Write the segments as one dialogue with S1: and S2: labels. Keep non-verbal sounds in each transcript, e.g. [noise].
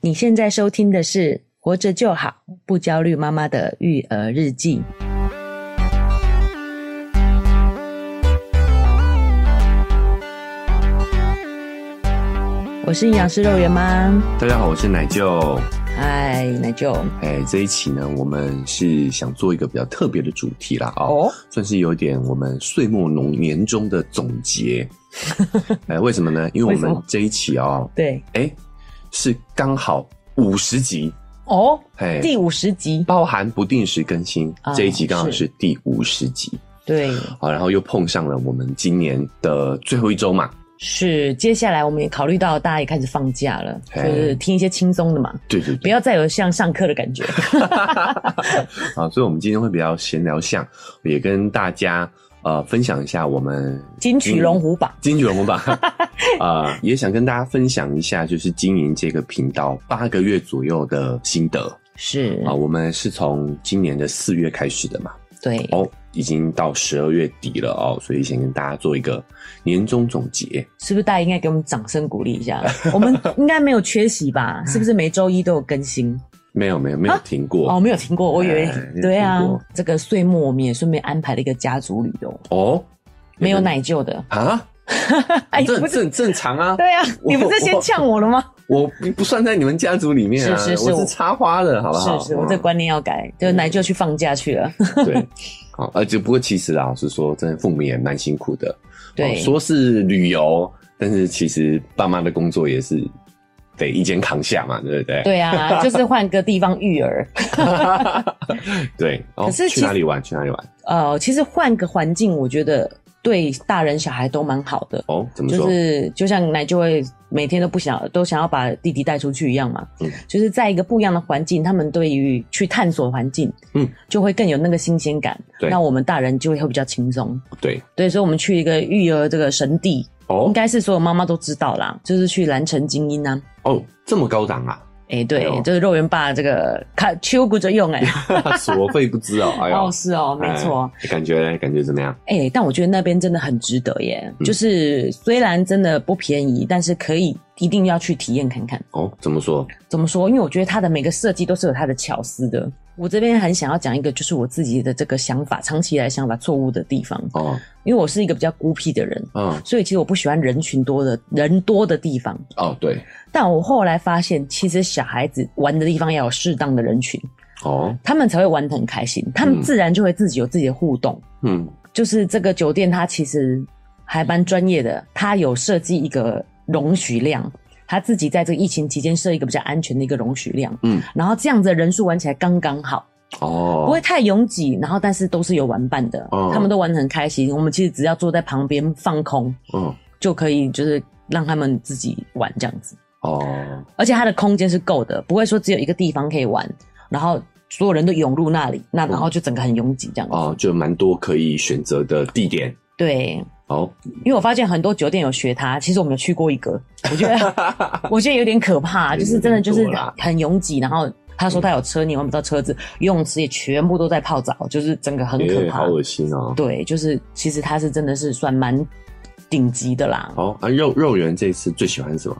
S1: 你现在收听的是《活着就好，不焦虑妈妈的育儿日记》。我是营养师肉圆妈，
S2: 大家好，我是奶舅。
S1: 嗨，奶舅。
S2: 哎，这一期呢，我们是想做一个比较特别的主题啦，哦，
S1: 哦，
S2: 算是有点我们岁末农年终的总
S1: [laughs]
S2: 结。哎，为什么呢？因为我
S1: 为什
S2: 们
S1: 么
S2: 这一期哦，
S1: 对，
S2: 哎，是刚好五十集，
S1: 哦，
S2: 哎，
S1: 第五十集，
S2: 包含不定时更新，
S1: 啊
S2: 这一集刚好
S1: 是
S2: 是第五十集
S1: 对，
S2: 啊，然后又碰上了我们今年的最后一周嘛，
S1: 是接下来我们也考虑到大家也开始放假了，就
S2: 哎
S1: 是听一些轻松的嘛，
S2: 对对
S1: 不
S2: 对，
S1: 要再有像上课的感觉。
S2: 啊，所以我们今天会比较闲聊项，也跟大家呃分享一下我们
S1: 金曲龙虎榜，
S2: 金曲龙
S1: [laughs]
S2: 虎榜啊、也想跟大家分享一下，就是经营这个频道八个月左右的心得
S1: 是
S2: 啊、我们是从今年的四月开始的嘛，
S1: 对，
S2: 哦，已经到十二月底了哦，所以先跟大家做一个年终总结。
S1: 是不是大家应该给我们掌声鼓励一下？ [laughs] 我们应该没有缺席吧？是不是每周一都有更新？
S2: 没有没有没有停过、
S1: 哦，没有听过，我以为
S2: 哎没
S1: [laughs]
S2: 有
S1: 对啊
S2: 听过。
S1: 这个岁末我们也顺便安排了一个家族旅游，
S2: 哦，
S1: 没有奶舅的。
S2: [laughs] 啊，
S1: 哎，
S2: 这
S1: 不是，
S2: 这很正常啊，
S1: 对啊，
S2: [laughs] 我
S1: 你不是先呛我了吗？
S2: 我不不算在你们家族里面啊，
S1: 是是是
S2: 我
S1: 我
S2: 是插花的，好不好？
S1: 是是，我这观念要改，就奶舅去放假去了。 [laughs]
S2: 嗯对，好，而且不过其实啊老实说，真的父母也蛮辛苦的，
S1: 对
S2: 哦，说是旅游，但是其实爸妈的工作也是得一肩扛下嘛，对不对？
S1: 对啊，就是换个地方育儿。
S2: 对，然后
S1: 可是其
S2: 去哪里玩？去哪里玩？
S1: 呃，其实换个环境，我觉得对大人小孩都蛮好的。
S2: 哦，怎么说？
S1: 就是就像奶就会每天都不想都想要把弟弟带出去一样嘛，
S2: 嗯
S1: 就是在一个不一样的环境，他们对于去探索环境，
S2: 嗯，
S1: 就会更有那个新鲜感。
S2: 对
S1: 那我们大人就会比较轻松。
S2: 对，
S1: 对，所以我们去一个育儿这个神地，应
S2: 哦
S1: 该是所有妈妈都知道啦，就是去蓝城精英啊。
S2: 哦，这么高档啊， [laughs]
S1: 哎、对，
S2: 哎呦
S1: 就是肉圆爸这个卡秋骨着用哎、
S2: 所费不知哦，哎呦，
S1: 哦是哦，没错。
S2: 哎，感觉感觉怎么样？
S1: 哎、但我觉得那边真的很值得耶，
S2: 嗯
S1: 就是虽然真的不便宜，但是可以一定要去体验看看。
S2: 哦，怎么说？
S1: 怎么说？因为我觉得它的每个设计都是有它的巧思的。我这边很想要讲一个，就是我自己的这个想法，长期以来想法错误的地方。
S2: 哦，
S1: 因为我是一个比较孤僻的人，
S2: 嗯，
S1: 所以其实我不喜欢人群多的人多的地方。
S2: 哦，对，
S1: 但我后来发现，其实小孩子玩的地方要有适当的人群，
S2: 哦，
S1: 他们才会玩得很开心，他们
S2: 嗯
S1: 自然就会自己有自己的互动。
S2: 嗯，
S1: 就是这个酒店它其实还蛮专业的，它有设计一个容许量，它自己在这个疫情期间设一个比较安全的一个容许量，
S2: 嗯，
S1: 然后这样子的人数玩起来刚刚好，不
S2: 哦
S1: 会，太拥挤，然后但是都是有玩伴的，
S2: 哦
S1: 他们都玩得很开心，我们其实只要坐在旁边放空
S2: 嗯，
S1: 就可以，就是让他们自己玩这样子，
S2: 哦，
S1: 而且它的空间是够的，不会说只有一个地方可以玩，然后所有人都涌入那里，那然后就整个很拥挤这样子，
S2: 哦，就蛮多可以选择的地点。
S1: 对，
S2: 哦，
S1: 因为我发现很多酒店有学它，其实我们有去过一个，我觉得
S2: [laughs]
S1: 我觉得有点可怕，就是真的就是
S2: 有点多啦
S1: 很拥挤，然后。他说他有车，你玩不到车子，游泳池也全部都在泡澡，就是整个很可
S2: 耶，
S1: 怕
S2: 好。恶心哦。
S1: 对，就是其实他是真的是算蛮顶级的啦。
S2: 好啊，肉肉圆这次最喜欢什么？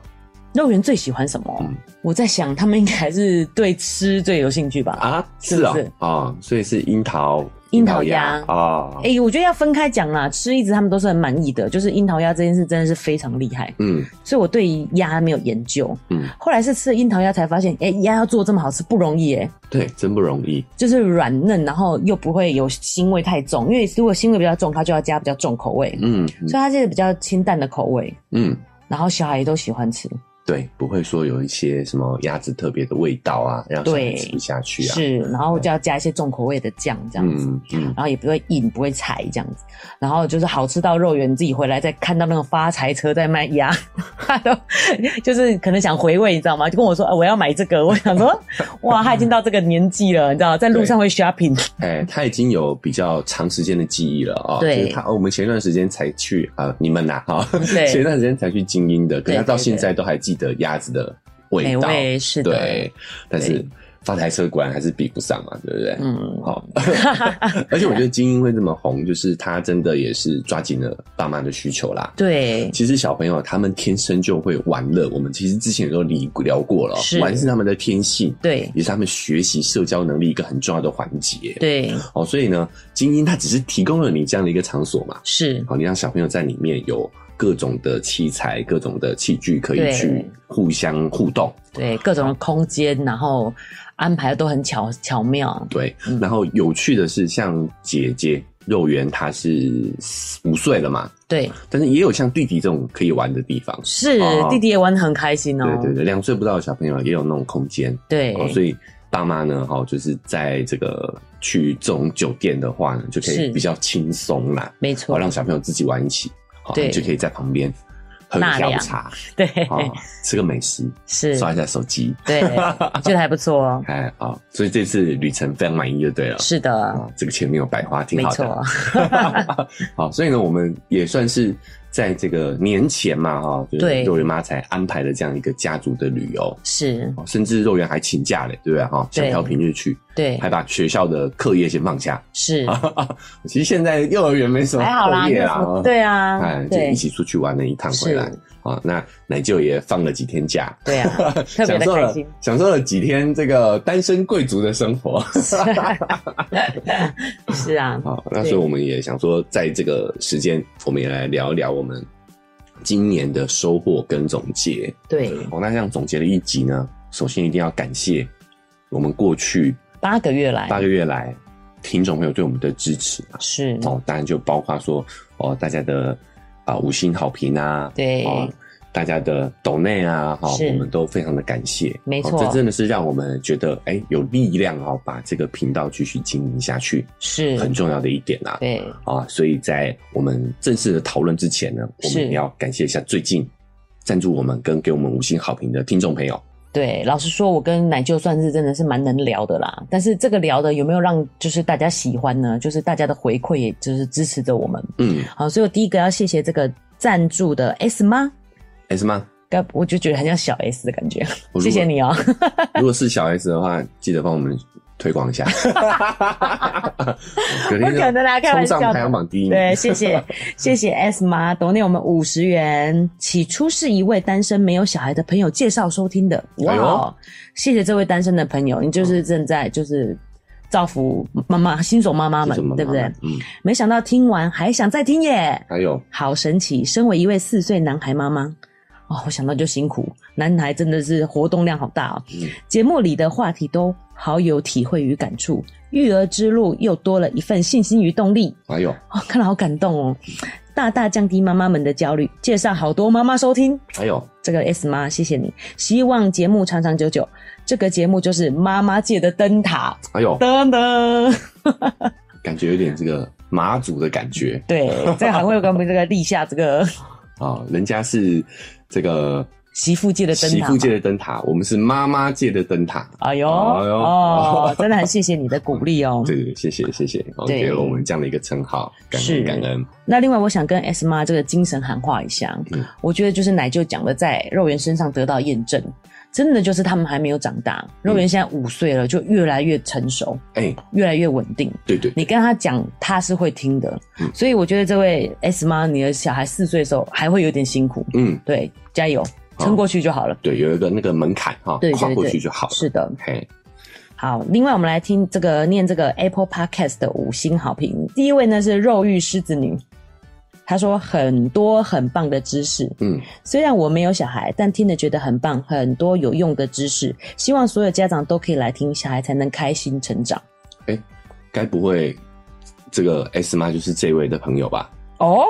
S1: 肉圆最喜欢什么？
S2: 嗯
S1: 我在想，他们应该还是对吃最有兴趣吧。哎、
S2: 啊，
S1: 是
S2: 是啊
S1: 不是，
S2: 啊，所以是樱桃
S1: 樱桃鸭
S2: 啊，
S1: 哎我觉得要分开讲啦，吃一直他们都是很满意的，就是樱桃鸭这件事真的是非常厉害。
S2: 嗯
S1: 所以我对于鸭没有研究。
S2: 嗯，
S1: 后来是吃了樱桃鸭才发现，哎、鸭要做这么好吃不容易哎，
S2: 对，真不容易
S1: 就是软嫩，然后又不会有腥味太重，因为如果腥味比较重，它就要加比较重口味，
S2: 嗯嗯
S1: 所以它是比较清淡的口味。
S2: 嗯，
S1: 然后小孩也都喜欢吃，
S2: 对，不会说有一些什么鸭子特别的味道啊，让小孩
S1: 对
S2: 吃不下去啊，
S1: 是，然后就要加一些重口味的酱这样子。
S2: 嗯嗯，
S1: 然后也不会硬，不会柴这样子，然后就是好吃到肉圆自己回来再看到那个发财车在卖鸭，他都就是可能想回味，你知道吗？就跟我说，呃、我要买这个，我想说，哇，他已经到这个年纪了，你知道，在路上会 shopping，
S2: [laughs] 哎，他已经有比较长时间的记忆了啊，
S1: 对
S2: 就是他哦我们前段时间才去啊，你们呐啊，
S1: 对
S2: [laughs] 前段时间才去精英的，可
S1: 对
S2: 是他到
S1: 对
S2: 现
S1: 对
S2: 在都还记得鸭子的
S1: 美
S2: 味道，
S1: 味是的，
S2: 对，但是发财车果然还是比不上嘛，对不对？
S1: 嗯，
S2: 好， [laughs] 而且我觉得精英会这么红，就是他真的也是抓紧了爸妈的需求啦。
S1: 对，
S2: 其实小朋友他们天生就会玩乐，我们其实之前也都理聊过了，
S1: 是
S2: 玩是他们的天性，
S1: 对，
S2: 也是他们学习社交能力一个很重要的环节。
S1: 对，
S2: 哦，所以呢，精英它只是提供了你这样的一个场所嘛，
S1: 是，
S2: 好，你让小朋友在里面有各种的器材、各种的器具可以
S1: 对
S2: 去互相互动，
S1: 对，各种的空间，然后安排都很巧巧妙，
S2: 对。
S1: 嗯
S2: 然后有趣的是，像姐姐肉圆，她是五岁了嘛，
S1: 对，
S2: 但是也有像弟弟这种可以玩的地方。
S1: 是
S2: 哦
S1: 弟弟也玩得很开心哦，
S2: 对对对，两岁不到的小朋友也有那种空间，
S1: 对
S2: 哦，所以爸妈呢，哈、就是在这个去这种酒店的话呢，就可以
S1: 是
S2: 比较轻松啦，
S1: 没
S2: 好、
S1: 错，
S2: 让小朋友自己玩一起，好、
S1: 对
S2: 你就可以在旁边喝个
S1: 纳
S2: 下午
S1: 凉
S2: 茶，
S1: 对，
S2: 啊、吃个美食，
S1: [laughs] 是，
S2: 刷一下手机，
S1: [laughs] 对，觉得还不错
S2: [laughs]
S1: 哦，
S2: 哎，好、所以这次旅程非常满意就对了。
S1: 是的，
S2: 啊，这个钱没有白花，挺
S1: 没
S2: 好
S1: 错
S2: 的。 [laughs] 好，所以呢，我们也算是在这个年前嘛，哈、就是
S1: 对
S2: 肉圆妈才安排了这样一个家族的旅游，
S1: 是，
S2: 哦甚至肉圆还请假嘞，对不对？哈、想
S1: 对
S2: 挑平日去，
S1: 对，
S2: 还把学校的课业先放下。 [laughs]
S1: 是，
S2: 哦其实现在幼儿园没什么
S1: 还好啦，
S2: 课
S1: 没
S2: 业
S1: 有
S2: 啦
S1: 什，么
S2: 哦
S1: 对啊，
S2: 哎，就
S1: 对
S2: 一，起出去玩了一趟回来
S1: 是，
S2: 啊。那奶舅也放了几天假，
S1: 对啊，
S2: [laughs]
S1: 特别
S2: 享
S1: 的
S2: 受
S1: 开
S2: 了
S1: 心，
S2: 享受了几天这个单身贵族的生活。
S1: 是啊，
S2: 好，那
S1: 对
S2: 所以我们也想说，在这个时间，我们也来聊一聊我们今年的收获跟总结。
S1: 对，
S2: 哦，那这样总结了一集呢，首先一定要感谢我们过去
S1: 八个月来
S2: 八个月来听众朋友对我们的支持啊。
S1: 是，
S2: 哦，当然就包括说哦，大家的啊、五星好评啊，
S1: 对
S2: 哦，大家的抖内啊，哈、
S1: 是
S2: 我们都非常的感谢，
S1: 没
S2: 哦
S1: 错
S2: 这真的是让我们觉得哎、有力量哦，把这个频道继续经营下去，
S1: 是，
S2: 很重要的一点啊。
S1: 对，
S2: 啊，所以在我们正式的讨论之前呢，我
S1: 是
S2: 们也要感谢一下最近赞助我们跟给我们五星好评的听众朋友。
S1: 对，老实说，我跟奶舅算是真的是蛮能聊的啦。但是这个聊的有没有让就是大家喜欢呢？就是大家的回馈，也就是支持着我们。
S2: 嗯，
S1: 好，所以我第一个要谢谢这个赞助的 S 吗？
S2: 还是吗？
S1: 该我就觉得很像小 S 的感觉
S2: 我。如果
S1: 谢谢你哦，
S2: 如果是小 S 的话，记得帮我们推广一
S1: [laughs]
S2: 下。隔天就
S1: 不可能啦开
S2: 冲
S1: 玩笑
S2: 上
S1: 的
S2: 排行榜第一名。
S1: 对，谢
S2: [laughs]
S1: 谢谢谢 S 妈，懂内我们五十元。起初是一位单身没有小孩的朋友介绍收听的，哇、
S2: 哎呦
S1: 哦！谢谢这位单身的朋友，你就是正在就是造福妈妈新手妈妈
S2: 是
S1: 们
S2: 什么，
S1: 对不
S2: 妈
S1: 对
S2: 妈？嗯，
S1: 没想到听完还想再听耶，
S2: 还有
S1: 好神奇！身为一位四岁男孩妈妈，哦，我想到就辛苦，男孩真的是活动量好大哦。
S2: 嗯
S1: 节目里的话题都好有体会与感触，育儿之路又多了一份信心与动力。
S2: 还有，
S1: 哦，看了好感动哦，大大降低妈妈们的焦虑。介绍好多妈妈收听
S2: 还有，
S1: 这个 S 妈，谢谢你，希望节目长长久久。这个节目就是妈妈界的灯塔，
S2: 还有，
S1: 噔噔。
S2: 感觉有点这个马祖的感觉
S1: 对，这个还会跟我们这个立下这个
S2: 啊，人家是这个
S1: 媳妇界的灯塔
S2: 媳
S1: 嘛。
S2: 妇界的灯塔，我们是妈妈界的灯塔。
S1: 哎呦，
S2: 哎呦 [laughs]
S1: 哦，真的很谢谢你的鼓励哦。
S2: 对对，对谢谢谢谢，哦，
S1: 对
S2: 给了我们这样的一个称号，感恩
S1: 是
S2: 感恩。
S1: 那另外，我想跟 S 妈这个精神喊话一下，
S2: 嗯
S1: 我觉得就是奶舅讲的，在肉圆身上得到验证，真的就是他们还没有长
S2: 嗯
S1: 大，肉圆现在五岁了，就越来越成熟，
S2: 哎，
S1: 越来越稳定。
S2: 对对，
S1: 你跟他讲，他是会听的。
S2: 嗯
S1: 所以我觉得这位 S 妈，你的小孩四岁的时候还会有点辛苦，
S2: 嗯，
S1: 对，加油，
S2: 好
S1: 撑过去就好了。
S2: 对，有一个那个门槛哈
S1: 对，对
S2: 跨过
S1: 对
S2: 去就好了。
S1: 是的，
S2: 嘿，
S1: 好，另外我们来听这个念这个 Apple Podcast 的五星好评。第一位呢是肉欲狮子女，她说很多很棒的知识，
S2: 嗯，
S1: 虽然我没有小孩，但听了觉得很棒，很多有用的知识。希望所有家长都可以来听，小孩才能开心成长。
S2: 该不会这个 S 妈就是这位的朋友吧？
S1: [laughs] 哦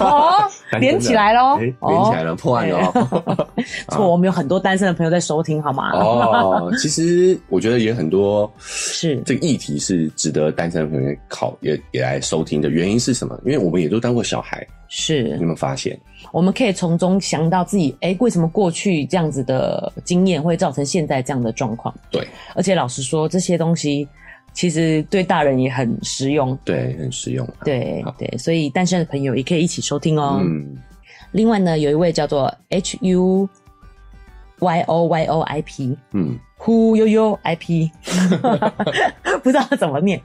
S1: 哦，
S2: 单身的
S1: 连起来喽
S2: 哎，连起来了，破案了哦。
S1: 错，我们有很多单身的朋友在收听，好吗？
S2: [laughs] 哦，其实我觉得也很多
S1: 是
S2: 这个议题是值得单身的朋友考也也来收听的原因是什么？因为我们也都当过小孩，
S1: 是
S2: 你有，没有发现？
S1: 我们可以从中想到自己，哎、为什么过去这样子的经验会造成现在这样的状况？
S2: 对，
S1: 而且老实说，这些东西其实对大人也很实用。
S2: 对，很实用啊。
S1: 对
S2: 好
S1: 对，所以单身的朋友也可以一起收听哦。
S2: 嗯，
S1: 另外呢，有一位叫做 H U Y O Y O I P
S2: 嗯
S1: 忽悠悠
S2: [laughs]
S1: IP，不知道怎么念，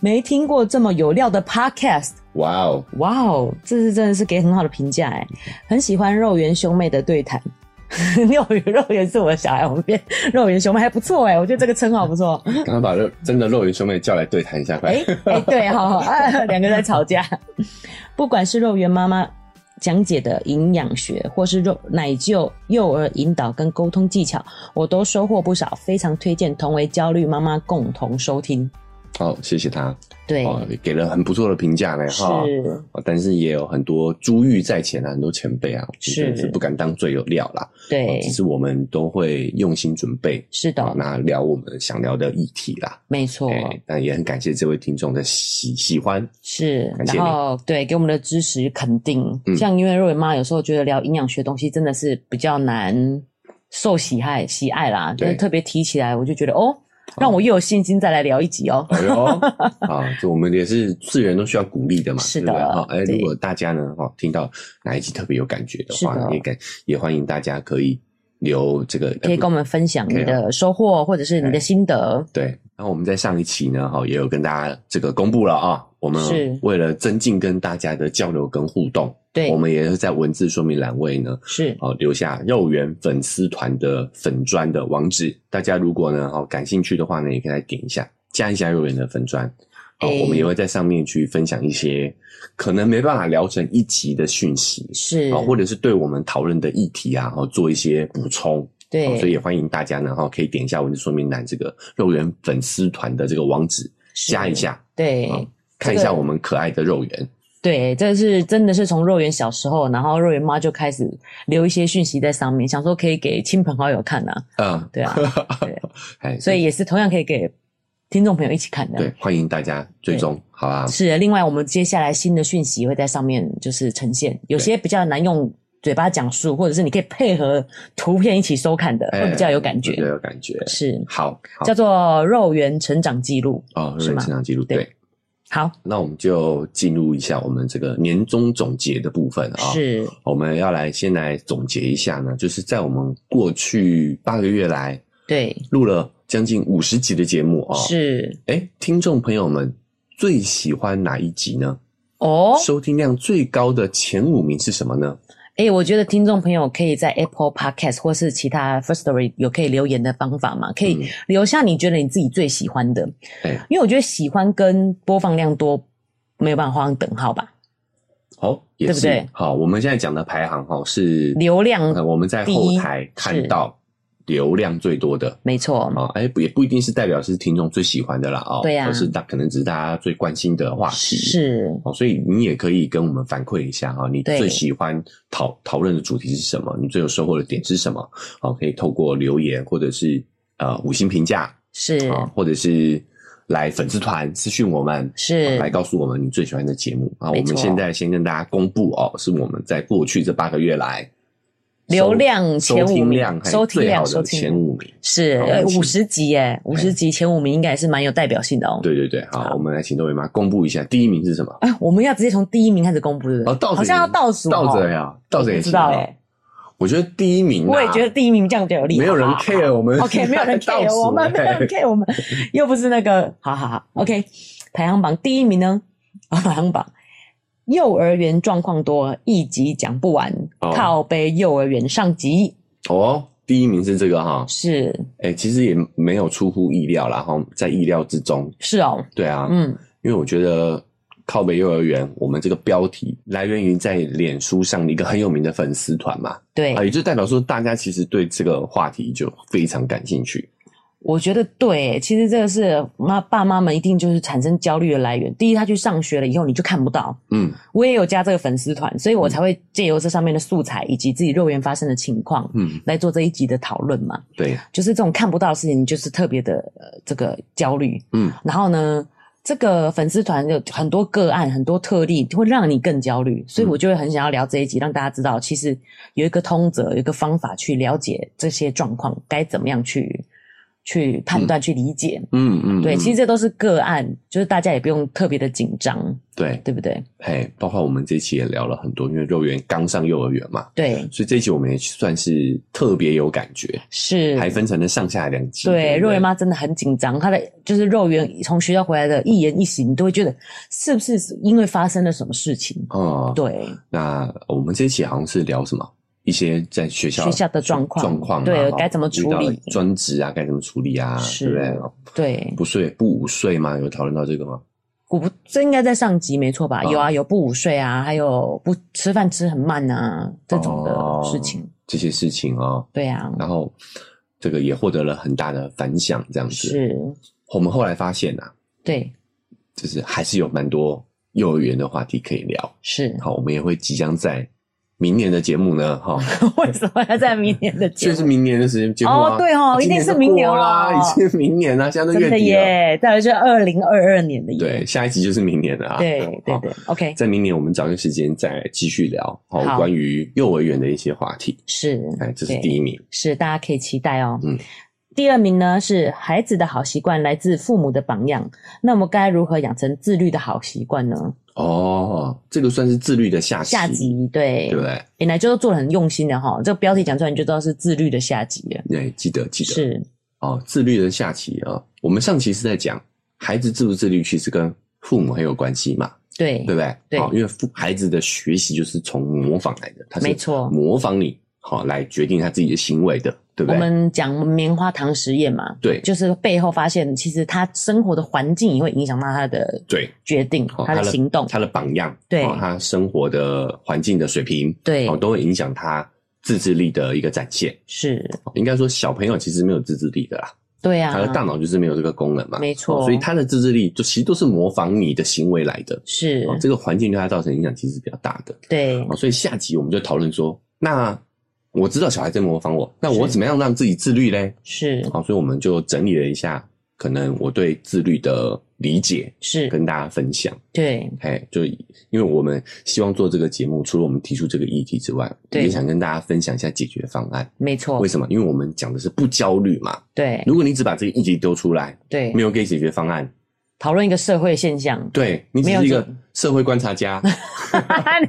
S1: 没听过这么有料的 podcast。
S2: 哇哦，
S1: 哇哦，这是真的是给很好的评价哎，很喜欢肉圆兄妹的对谈。 [laughs] 肉圆肉圆是我的小孩，我们变 [laughs] 肉圆兄妹还不错哎，我觉得这个称号不错。
S2: 刚刚把肉真的肉圆兄妹叫来对谈一下，快！
S1: 哎哎，对哈、哦， [laughs] 两个在吵架。不管是肉圆妈妈讲解的营养学，或是肉奶舅幼儿引导跟沟通技巧，我都收获不少，非常推荐同为焦虑妈妈共同收听。
S2: 好、哦，谢谢他。
S1: 对，
S2: 哦，给了很不错的评价呢，哈。
S1: 是，
S2: 哦但是也有很多珠玉在前啊，很多前辈啊，
S1: 是
S2: 我们真的是不敢当最有料啦。
S1: 对
S2: 只，是我们都会用心准备，
S1: 是的，
S2: 啊那聊我们想聊的议题啦。
S1: 没错。
S2: 哎，但也很感谢这位听众的喜喜欢，
S1: 是，
S2: 感谢
S1: 然
S2: 你
S1: 后对给我们的支持肯定，
S2: 嗯
S1: 像因为若云妈有时候觉得聊营养学的东西真的是比较难受喜爱喜爱啦，
S2: 对
S1: 但是特别提起来，我就觉得哦，让我又有信心再来聊一集哦。
S2: 哎
S1: [laughs]
S2: 呦，啊，这我们也是世人都需要鼓励的嘛，
S1: 是
S2: 对不对
S1: 的
S2: 哈。哎，
S1: 对
S2: 如果大家呢，哈，听到哪一集特别有感觉的
S1: 是
S2: 话，
S1: 的
S2: 也感也欢迎大家可以留这个，
S1: 可以
S2: 呃
S1: 跟我们分享
S2: 可以
S1: 你的收获或者是你的心得，
S2: 对，那我们在上一期呢，哈，也有跟大家这个公布了啊，我们
S1: 是
S2: 为了增进跟大家的交流跟互动，
S1: 对
S2: 我，们也是在文字说明栏位呢，
S1: 是
S2: 哦，留下肉圆粉丝团的粉砖的网址，大家如果呢，哦，感兴趣的话呢，也可以来点一下，加一下肉圆的粉砖。哦
S1: 哎，
S2: 我们也会在上面去分享一些可能没办法聊成一集的讯息
S1: 是
S2: 啊、，哦或者是对我们讨论的议题啊，哦，做一些补充。哦所以
S1: 对，
S2: 也欢迎大家呢，哈，可以点一下文字说明栏这个肉圆粉丝团的这个网址，
S1: 是
S2: 加一，下，
S1: 对
S2: 哦看一
S1: 这
S2: 下
S1: 个
S2: 我们可爱的肉圆。
S1: 对，这是真的是从肉圆小时候，然后肉圆妈就开始留一些讯息在上面，想说可以给亲朋好友看呐，
S2: 嗯，
S1: 对
S2: [laughs]
S1: 啊，对，
S2: 哎，
S1: 所以也是同样可以给听众朋友一起看的。
S2: 对，欢迎大家追踪，好吧？
S1: 是的。另外，我们接下来新的讯息会在上面就是呈现，有些比较难用嘴巴讲述，或者是你可以配合图片一起收看的，
S2: 哎
S1: 会比较有感觉
S2: 比。较有感觉。
S1: 是
S2: 好，好
S1: 叫做肉圆成长记录。
S2: 哦，肉
S1: 是
S2: 圆
S1: 吗
S2: 成长记录。
S1: 对
S2: 对，
S1: 好，
S2: 那我们就进入一下我们这个年终总结的部分啊。。
S1: 是
S2: 我们要来先来总结一下呢，就是在我们过去八个月来
S1: 对，
S2: 录了将近五十集的节目啊、哦，
S1: 是
S2: 哎，听众朋友们最喜欢哪一集呢？
S1: 哦。
S2: 收听量最高的前五名是什么呢？
S1: 哎，我觉得听众朋友可以在 Apple Podcast 或是其他 First Story 有可以留言的方法嘛，可以
S2: 嗯
S1: 留下你觉得你自己最喜欢的，
S2: 哎，
S1: 因为我觉得喜欢跟播放量多没有办法画上等号吧，
S2: 好、也
S1: 对
S2: 是
S1: 不对
S2: 好，我们现在讲的排行哈、是
S1: 流量
S2: 呃，我们在
S1: 第
S2: 后
S1: 一
S2: 台看
S1: 是
S2: 到流量最多的
S1: 没错，
S2: 啊，哎、不也不一定是代表是听众最喜欢的啦哦，
S1: 对啊
S2: 而是大可能只是大家最关心的话题
S1: 是
S2: 哦，所以你也可以跟我们反馈一下哈、你
S1: 对
S2: 最喜欢讨讨论的主题是什么？你最有收获的点是什么？哦，可以透过留言或者是呃五星评价
S1: 是
S2: 啊，或者是来粉丝团私讯我们。
S1: 是
S2: 来告诉我们你最喜欢的节目啊！我
S1: 没
S2: 们
S1: 错
S2: 现在先跟大家公布哦，是我们在过去这八个月来
S1: 流
S2: 收
S1: 量
S2: 收
S1: 前五
S2: 听
S1: 名
S2: 量还，
S1: 收听
S2: 最好
S1: 量收
S2: 的
S1: 听
S2: 前
S1: 量
S2: 五名。
S1: 是
S2: 好
S1: 呃
S2: 我们
S1: 五十集耶，五十集前五名应该也是蛮有代表性的哦。
S2: 对对对，好，我们来请豆圆妈公布一下第一名是什么？
S1: 啊，我们要直接从第一名开始公布的，
S2: 哦，倒着
S1: 好像要倒数哦，
S2: 倒着呀，倒着
S1: 我
S2: 也
S1: 不知
S2: 行
S1: 道
S2: 啊。
S1: 哎，
S2: 我觉得第一名啊，
S1: 我也觉得第一名这样比较有力，
S2: 没有人
S1: 好好好
S2: care 我们
S1: 啊 [laughs] OK，没有
S2: [laughs]
S1: 人
S2: 倒
S1: care
S2: 数
S1: 我们，没有
S2: 哎
S1: 人 care 我们，又不是那个，好好好，OK，排行榜第一名呢， [laughs] 啊，排行榜，幼儿园状况多，一集讲不完，
S2: 哦
S1: 靠背幼儿园上集
S2: 哦，第一名是这个哈，
S1: 是
S2: 哎，其实也没有出乎意料啦，哈，在意料之中。
S1: 是哦，
S2: 对啊，
S1: 嗯，
S2: 因为我觉得靠北幼儿园，我们这个标题来源于在脸书上的一个很有名的粉丝团嘛，
S1: 对，
S2: 啊，也就代表说大家其实对这个话题就非常感兴趣。
S1: 我觉得对，其实这个是妈爸妈们一定就是产生焦虑的来源。第一，他去上学了以后你就看不到，
S2: 嗯
S1: 我也有加这个粉丝团，所以我才会借由这上面的素材以及自己肉眼发生的情况。
S2: 嗯，
S1: 来做这一集的讨论嘛，
S2: 对，
S1: 就是这种看不到的事情，就是特别的、呃、这个焦虑。
S2: 嗯，
S1: 然后呢，这个粉丝团有很多个案，很多特例，会让你更焦虑。所以我就会很想要聊这一集，让大家知道，其实有一个通则，有一个方法去了解这些状况，该怎么样去去判断、去理解。
S2: 嗯嗯，
S1: 对，
S2: 嗯
S1: 其实这都是个案，就是大家也不用特别的紧张，
S2: 对，
S1: 对不对？
S2: 嘿，包括我们这期也聊了很多，因为肉圆刚上幼儿园嘛，
S1: 对，
S2: 所以这一集我们也算是特别有感觉，
S1: 是。
S2: 还分成了上下两集。
S1: 对，
S2: 不
S1: 肉圆？妈真的很紧张，她的就是肉圆从学校回来的一言一行，你都会觉得是不是因为发生了什么事情？
S2: 哦，
S1: 对，
S2: 那我们这一期好像是聊什么？一些在学校
S1: 学校的状况
S2: 状况啊
S1: 对
S2: 哦
S1: 该怎么处理
S2: 遇到专职啊，该怎么处理啊？
S1: 是
S2: 对不对？哦
S1: 对，
S2: 不睡不午睡吗？有讨论到这个吗？
S1: 我不这应该在上集没错吧？
S2: 嗯
S1: 有啊，有不午睡啊，还有不吃饭吃很慢啊这种的事情。
S2: 哦这些事情哦，
S1: 对啊，
S2: 然后这个也获得了很大的反响，这样子。
S1: 是，
S2: 我们后来发现啊，
S1: 对，
S2: 就是还是有蛮多幼儿园的话题可以聊。
S1: 是。
S2: 好，我们也会即将在明年的节目呢，哈、
S1: [laughs] 为什么要在明年的节
S2: 就
S1: 目？
S2: 是明年的时间节目啊
S1: 哦对哦
S2: 今
S1: 一定是明年
S2: 就过啦，
S1: 哦
S2: 已经是明年啦，现在都月
S1: 真的
S2: 底了，
S1: 耶，再来就是二零二二年的耶。
S2: 对，下一集就是明年了啊，
S1: 对对
S2: 好
S1: 对，OK，
S2: 在明年我们找个时间再继续聊哦，
S1: 好
S2: 关于幼儿园的一些话题，
S1: 是，
S2: 哎，这是
S1: 对
S2: 第一名，
S1: 是大家可以期待哦。
S2: 嗯
S1: 第二名呢是孩子的好习惯来自父母的榜样，那么该如何养成自律的好习惯呢？
S2: 哦，这个算是自律的下集，
S1: 下集对，
S2: 对不对？
S1: 本来就做的很用心的哈，这个标题讲出来你就知道是自律的下集了。
S2: 对，哎记得记得
S1: 是
S2: 哦，自律的下集啊、我们上期是在讲孩子自不自律，其实跟父母很有关系嘛，
S1: 对，
S2: 对不对？
S1: 对
S2: 好因为父孩子的学习就是从模仿来的，他是
S1: 没错
S2: 模仿你好来决定他自己的行为的，对不
S1: 我
S2: 对？
S1: 们讲棉花糖实验嘛，
S2: 对
S1: 就是背后发现其实他生活的环境也会影响到他的
S2: 对，
S1: 决定、
S2: 哦
S1: 他的行动。
S2: 他的榜样，
S1: 对
S2: 哦他生活的环境的水平，
S1: 对
S2: 哦，都会影响他自制力的一个展现。
S1: 是，
S2: 哦应该说，小朋友其实没有自制力的啦，
S1: 对啊，
S2: 他的大脑就是没有这个功能嘛，
S1: 没错
S2: 哦所以他的自制力就其实都是模仿你的行为来的。
S1: 是
S2: 哦，，这个环境对他造成影响其实比较大的。
S1: 对
S2: 哦，所以下集我们就讨论说，那我知道小孩在模仿我，那我
S1: 是
S2: 怎么样让自己自律嘞？
S1: 是
S2: 好，所以我们就整理了一下，可能我对自律的理解，
S1: 是，
S2: 跟大家分享。
S1: 对
S2: 哎，就因为我们希望做这个节目，除了我们提出这个议题之外，
S1: 对哦
S2: 也想跟大家分享一下解决方案。
S1: 没错
S2: 为，什么？因为我们讲的是不焦虑嘛。
S1: 对
S2: 如果你只把这个议题丢出来，
S1: 对
S2: 没，有给解决方案，。
S1: 讨论一个社会现象
S2: 对你只
S1: 没有
S2: 是一
S1: 这
S2: 个社会观
S1: [laughs]
S2: 察家，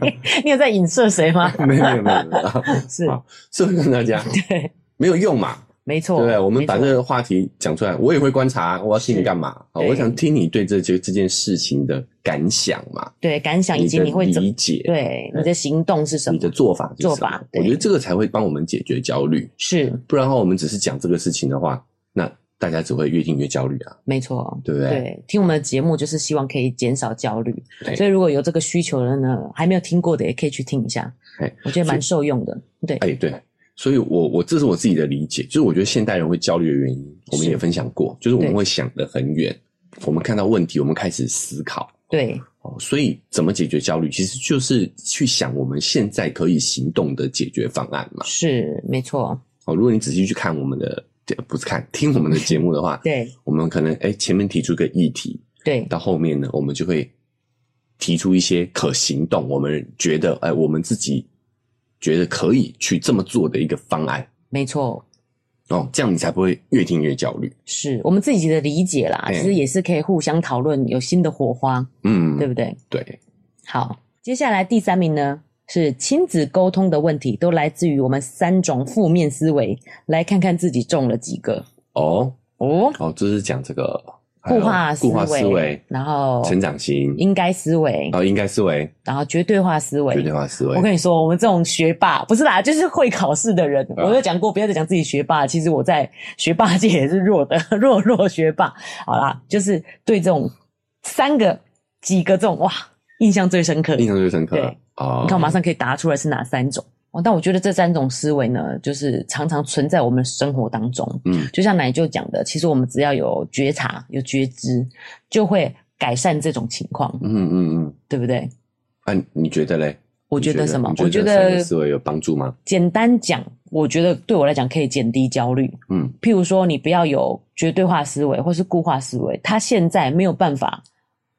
S1: 你 [laughs] 你有在影射谁吗？
S2: 没有没有啊没有，没有
S1: 是
S2: 好社会观察家
S1: 对，
S2: 没有用嘛？
S1: 没
S2: 对
S1: 错，
S2: 不对？啊我们
S1: 没
S2: 把
S1: 错
S2: 这个话题讲出来，我也会观察，我要听你干嘛？啊
S1: 对
S2: 我想听你对这这这件事情的感想嘛，
S1: 对感想以及
S2: 的
S1: 你会怎
S2: 理解，哎
S1: 对你的行动是什
S2: 你
S1: 么？
S2: 的做法是什
S1: 做
S2: 么
S1: 法对
S2: 我觉得这个才会帮我们解决焦虑。
S1: 是
S2: 不然的话，我们只是讲这个事情的话，那大家只会越听越焦虑啊，
S1: 没错，
S2: 对不对？
S1: 对，听我们的节目就是希望可以减少焦虑，
S2: 对
S1: 所以如果有这个需求的呢，还没有听过的也可以去听一下
S2: 哎，
S1: 我觉得蛮受用的。对，
S2: 哎，对，所以我我这是我自己的理解，就是我觉得现代人会焦虑的原因，我们
S1: 是
S2: 也分享过，就是我们
S1: 对
S2: 会想得很远，我们看到问题，我们开始思考。
S1: 对，
S2: 哦，所以怎么解决焦虑，其实就是去想我们现在可以行动的解决方案嘛。
S1: 是没错，，
S2: 哦，如果你仔细去看我们的，对不是看听我们的节目的话
S1: [laughs] 对
S2: 我们可能哎前面提出个议题，
S1: 对
S2: 到后面呢，我们就会提出一些可行动，我们觉得哎，我们自己觉得可以去这么做的一个方案
S1: 没错，
S2: 哦，这样你才不会越听越焦虑。
S1: 是我们自己的理解啦，
S2: 哎
S1: 其实也是可以互相讨论，有新的火花，
S2: 嗯，
S1: 对不对？
S2: 对，
S1: 好，接下来第三名呢是亲子沟通的问题，都来自于我们三种负面思维，来看看自己中了几个
S2: 哦
S1: 哦。
S2: 哦，这是讲这个
S1: 固化思
S2: 固化
S1: 维，
S2: 思维、
S1: 然后
S2: 成长型，
S1: 应该思维，
S2: 哦，应该思维、
S1: 然后绝对化思维
S2: 绝。对化思维
S1: 我。跟你说，我们这种学霸不是啦，就是会考试的人。
S2: 啊
S1: 我有讲过，不要再讲自己学霸。其实我在学霸界也是弱的， [laughs] 弱弱学霸。好啦，就是对这种三个、几个这种哇，印象最深刻。
S2: 印象最深刻
S1: 对
S2: 哦，
S1: 你看，我马上可以答出来是哪三种。哦，但我觉得这三种思维呢，就是常常存在我们生活当中。
S2: 嗯，
S1: 就像奶舅讲的，其实我们只要有觉察、有觉知，就会改善这种情况，
S2: 嗯嗯嗯，
S1: 对不对？
S2: 啊，你觉得嘞？
S1: 我觉得什么
S2: 你？
S1: 我
S2: 觉
S1: 觉
S2: 三个
S1: 得
S2: 思维有帮助吗？
S1: 简单讲，我觉得对我来讲可以减低焦虑。
S2: 嗯，
S1: 譬如说，你不要有绝对化思维或是固化思维，他现在没有办法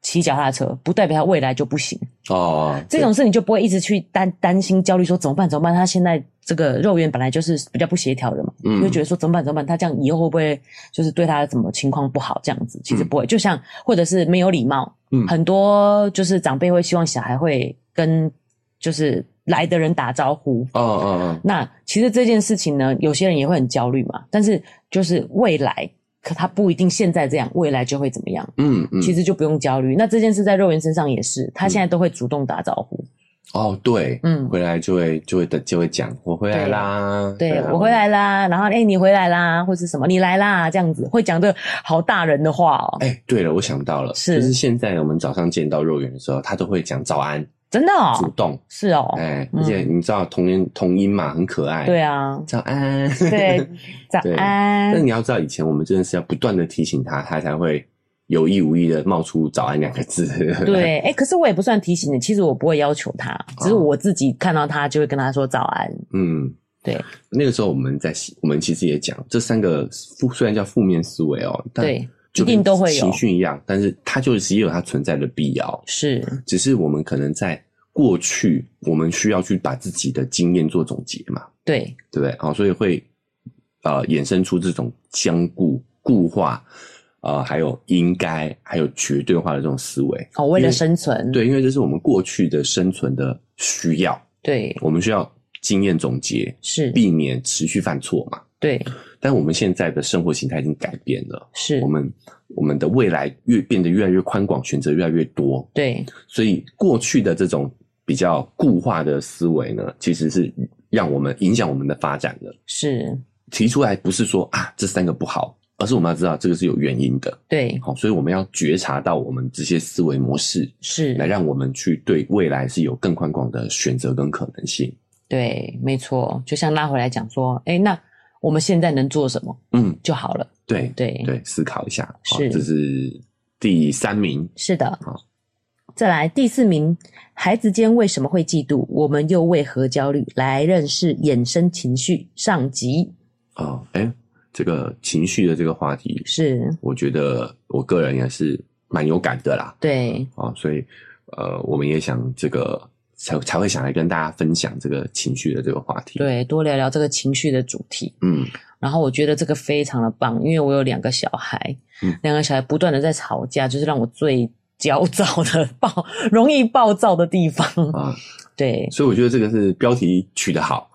S1: 骑脚踏车，不代表他未来就不行。
S2: 哦，
S1: 这种事你就不会一直去担 [laughs] 担心、焦虑，说怎么办？怎么办？他现在这个肉圆本来就是比较不协调的嘛，
S2: 嗯
S1: 你就觉得说怎么办？怎么办？他这样以后会不会就是对他怎么情况不好？这样子其实不会，就像或者是没有礼貌，
S2: 嗯
S1: 很多就是长辈会希望小孩会跟就是来的人打招呼。
S2: 哦哦
S1: 那其实这件事情呢，有些人也会很焦虑嘛，但是就是未来可他不一定现在这样，未来就会怎么样。
S2: 哦，嗯嗯，
S1: 其实就不用焦虑。那这件事在肉圆身上也是，他现在都会主动打招呼。
S2: 哦对，
S1: 嗯，
S2: 回来就会就会的就会讲我回来啦，
S1: 对
S2: 啊
S1: 我回，来啦，然后哎、诶你回来啦，或是什么你来啦，这样子会讲的好大人的话哦，
S2: 哎，对了，我想到了，
S1: 是
S2: 就是现在我们早上见到肉圆的时候，他都会讲早安，
S1: 真的
S2: 主
S1: 哦，
S2: 动，
S1: 是哦，
S2: 哎，
S1: 嗯
S2: 而且你知道童音童音嘛，很可爱，
S1: 对，
S2: [laughs]
S1: 啊，
S2: 早安，
S1: 对，早
S2: 对 [laughs] 但
S1: 安，
S2: 你要知道，以前我们真的是要不断的提醒他，他才会有意无意的冒出“早安”两个字。
S1: 对，哎、可是我也不算提醒你，其实我不会要求他，只
S2: 哦
S1: 是我自己看到他就会跟他说早安，
S2: [laughs] 嗯，
S1: 对，
S2: 那个时候我们在，我们其实也讲这三个负，虽然叫负面思维哦，但
S1: 对，
S2: 就
S1: 一定都会有
S2: 跟情绪一样，但是它就是也有它存在的必要。
S1: 是，
S2: 只是我们可能在过去，我们需要去把自己的经验做总结嘛，
S1: 对，
S2: 对不对？好、所以会呃衍生出这种僵固、固化，呃，还有应该，还有绝对化的这种思维。
S1: 哦，为
S2: 因
S1: 了
S2: 为
S1: 生存，
S2: 对，因为这是我们过去的生存的需要，
S1: 对，
S2: 我们需要经验总结，
S1: 是，
S2: 避免持续犯错嘛。
S1: 对，
S2: 但我们现在的生活形态已经改变了，
S1: 是
S2: 我，们我们的未来越变得越来越宽广，选择越来越多，
S1: 对，
S2: 所以过去的这种比较固化的思维呢，其实是让我们影响我们的发展的。
S1: 是，
S2: 提出来不是说啊这三个不好，而是我们要知道这个是有原因的。
S1: 对，
S2: 好，所以我们要觉察到我们这些思维模式，
S1: 是，
S2: 来让我们去对未来是有更宽广的选择跟可能性。
S1: 对，没错，就像拉回来讲说，哎，那我们现在能做什么
S2: 嗯，
S1: 就好了。
S2: 对
S1: 对，
S2: 对，思考一下，好
S1: 是
S2: 这是第三名。
S1: 是的
S2: 好。
S1: 再来第四名，孩子间为什么会嫉妒？我们又为何焦虑？来认识衍生情绪上集
S2: 哦，哎，这个情绪的这个话题，
S1: 是
S2: 我觉得我个人也是蛮有感的啦。
S1: 对，
S2: 啊、所以呃，我们也想这个才才会想来跟大家分享这个情绪的这个话题。，
S1: 对，多聊聊这个情绪的主题。
S2: 嗯
S1: 然后我觉得这个非常的棒，因为我有两个小孩，
S2: 嗯
S1: 两个小孩不断的在吵架，就是让我最焦躁的暴，容易暴躁的地方。
S2: 啊、 [laughs]
S1: 对，
S2: 所以我觉得这个是标题取得好。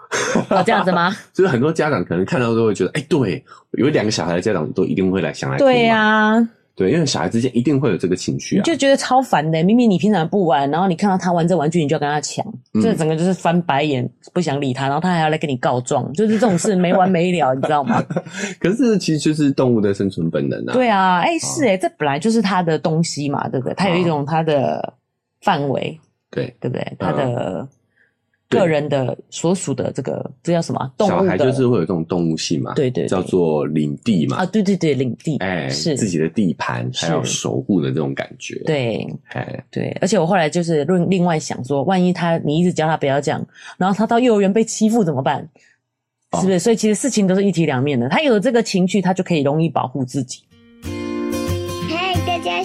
S1: 哦，这样子吗？
S2: 所以很多家长可能看到都会觉得，哎、对，有两个小孩的家长都一定会来想来听嘛
S1: 对呀、
S2: 对，因为小孩之间一定会有这个情绪
S1: 你
S2: 啊，
S1: 就觉得超烦的、明明你平常不玩，然后你看到他玩这玩具，你就要跟他抢，
S2: 嗯
S1: 这整个就是翻白眼，不想理他，然后他还要来跟你告状，就是这种事没完没了，你知道吗？
S2: 可是其实就是动物的生存本能啊。，
S1: 对啊，哎、是哎、这本来就是他的东西嘛，对不对？他有一
S2: 哦
S1: 种他的范围，
S2: 对，
S1: 对不对？他的
S2: 嗯对
S1: 个人的所属的这个这叫什么啊动
S2: 小
S1: 物
S2: 孩
S1: 的？
S2: 就是会有这种动物性嘛，
S1: 对对对
S2: 叫做领地嘛
S1: 啊，，对对对，领地，
S2: 哎、
S1: 是
S2: 自己的地盘，
S1: 是
S2: 还有守护的这种感觉。，
S1: 对
S2: 哎，
S1: 对，而且我后来就是另另外想说，万一他你一直教他不要这样，然后他到幼儿园被欺负怎么办？
S2: 哦
S1: 是不是？所以其实事情都是一体两面的。他有这个情绪，他就可以容易保护自己。
S3: 嗨，大家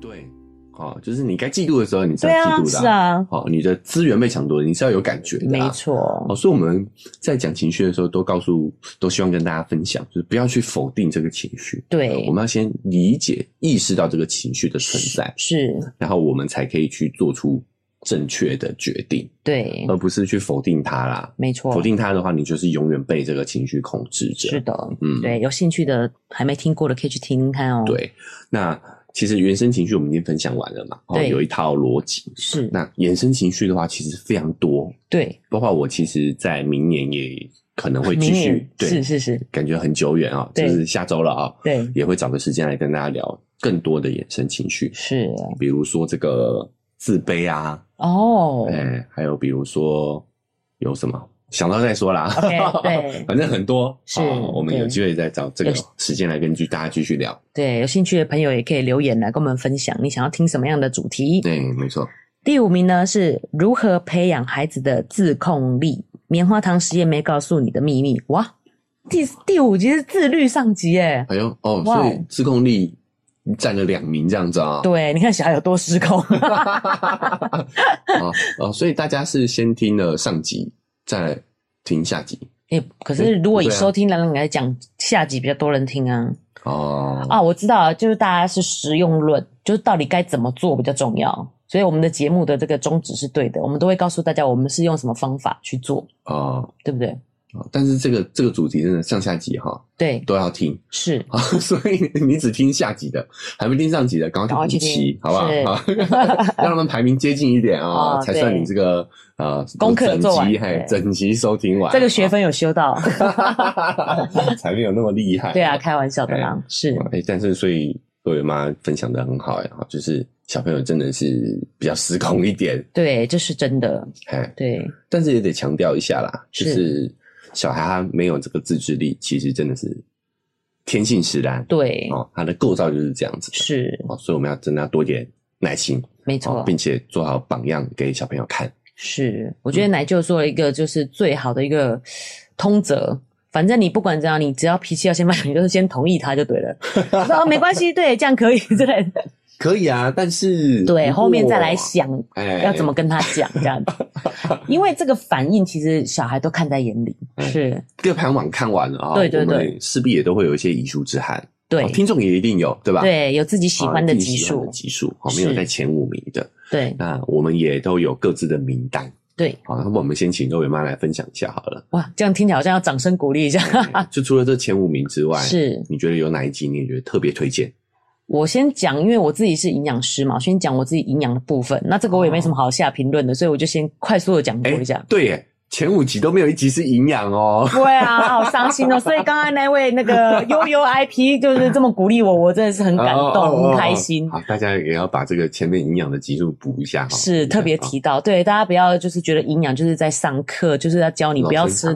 S2: 对，哦，就是你该嫉妒的时候，你是
S1: 对
S2: 要
S1: 啊
S2: 嫉，妒
S1: 是
S2: 的、啊。
S1: 啊，
S2: 好、你的资源被抢夺，你是要有感觉的、
S1: 没
S2: 啊。
S1: 错
S2: 哦，，所以我们在讲情绪的时候，都告诉，都希望跟大家分享，就是不要去否定这个情绪，呃
S1: 对
S2: 我，们要先理解、意识到这个情绪的存在，
S1: 是，
S2: 然后我们才可以去做出正确的决定。
S1: 对，
S2: 而不是去否定它啦。
S1: 没错，
S2: 否定它的话，你就是永远被这个情绪控制着。
S1: 哦是的，
S2: 嗯
S1: 对，有兴趣的还没听过的可以去听听看哦。，
S2: 对，那其实原生情绪我们已经分享完了嘛，哦，
S1: 对
S2: 有一套逻辑。
S1: 是，
S2: 那衍生情绪的话，其实非常多，
S1: 对，
S2: 包括我其实，在明年也可能会继
S1: 明
S2: 续
S1: 年，
S2: 对，
S1: 是是是，
S2: 感觉很久远啊、就
S1: 对
S2: 是下周了啊、
S1: 对，
S2: 也会找个时间来跟大家聊更多的衍生情绪，
S1: 是
S2: 比如说这个自卑啊，
S1: 哦，
S2: 哎，还有比如说有什么想到再说啦 [laughs]
S1: OK，对
S2: 反正很多。
S1: 是
S2: 好我们有
S1: 对
S2: 机会再找这个
S1: 有
S2: 时间来跟继大家继续聊。
S1: 对，有兴趣的朋友也可以留言来跟我们分享，你想要听什么样的主题？
S2: 对，哎没错，
S1: 第五名呢是如何培养孩子的自控力，棉花糖实验没告诉你的秘密。哇，第第五集是自律上集耶。
S2: 哎呦哦，
S1: 哇
S2: 所以自控力占了两名这样子啊、
S1: 对，你看小孩有多失控。
S2: 哦哦，所以大家是先听了上集，再来听下集
S1: 也可是如果以
S2: 对啊
S1: 收听量来讲，下集比较多人听啊。
S2: 哦。
S1: 啊，我知道了，就是大家是实用论，就是到底该怎么做比较重要。所以我们的节目的这个宗旨是对的，我们都会告诉大家我们是用什么方法去做，
S2: 哦
S1: 对不对？
S2: 哦但是这个这个主题真的上下集哈、
S1: 对，
S2: 都要听
S1: 是。
S2: 啊， [laughs] 所以你只听下集的，还没听上集的，赶
S1: 赶
S2: 快
S1: 快去
S2: 去补齐
S1: 听，
S2: 好不好？
S1: 是
S2: 好 [laughs] 让他们排名接近一点啊、
S1: 哦
S2: 才算你
S1: 对
S2: 这个呃
S1: 功课
S2: 整
S1: 做完
S2: 集嘿
S1: 对
S2: 整集收听完，
S1: 这个学分有修到， [laughs]
S2: 分 [laughs] 才没有那么厉害。
S1: 对啊，开玩笑的啦，是
S2: 哎、但是所以各位妈分享的很好哎、哈，就是小朋友真的是比较失控一点，
S1: 对，这是真的，
S2: 哎，
S1: 对，
S2: 但是也得强调一下啦，就是是小孩他没有这个自制力，其实真的是天性使然，
S1: 对，
S2: 哦，他的构造就是这样子的，
S1: 是
S2: 哦，所以我们要真的要多一点耐心，
S1: 没
S2: 哦
S1: 错，，
S2: 并且做好榜样给小朋友看，
S1: 是，我
S2: 嗯
S1: 觉得奶舅做了一个就是最好的一个通则。反正你不管怎样，你只要脾气要先慢， [laughs] 你就是先同意他就对了。说哦，没关系，对，这样可以 [laughs] 之类的。
S2: 可以啊，但是
S1: 对，
S2: 如果
S1: 后面再来，想
S2: 哎，
S1: 要怎么跟他讲这
S2: [laughs]
S1: 样子，因为这个反应其实小孩都看在眼里，
S2: 嗯
S1: 是
S2: 这个排行榜看完了啊、
S1: 对对对，
S2: 势必也都会有一些遗书之憾，
S1: 对
S2: 哦听众也一定有，对吧？。哦
S1: 对，有自己喜欢的
S2: 啊自己
S1: 级
S2: 喜欢
S1: 数
S2: 的，集数，好，没有
S1: 是
S2: 在前五名的。
S1: 对
S2: 那我们也都有各自的名单，
S1: 对，
S2: 好，那么我们先请各位妈来分享一下好
S1: [laughs]
S2: 了。哎
S1: 哇，这样听起来好像要掌声鼓励一
S2: [laughs]
S1: 下。
S2: 就除了这前五名之外，
S1: [laughs] 是
S2: 你觉得有哪一集你觉得特别推荐？
S1: 我先讲，因为我自己是营养师嘛，我先讲我自己营养的部分。那这个我也没什
S2: 哦
S1: 么好下评论的，所以我就先快速的讲过一下。
S2: 对耶，前五集都没有一集是营养哦。
S1: 对啊，好伤心哦！所以刚刚那位那
S2: [laughs]
S1: 个悠悠 IP 就是这么鼓励我，我真的是很感动、
S2: 哦哦哦
S1: 很开心。
S2: 好，大家也要把这个前面营养的集数补一下哈。
S1: 是特别提到，对大家不要就是觉得营养就是在上课，就是要教你
S2: 你
S1: 不要吃，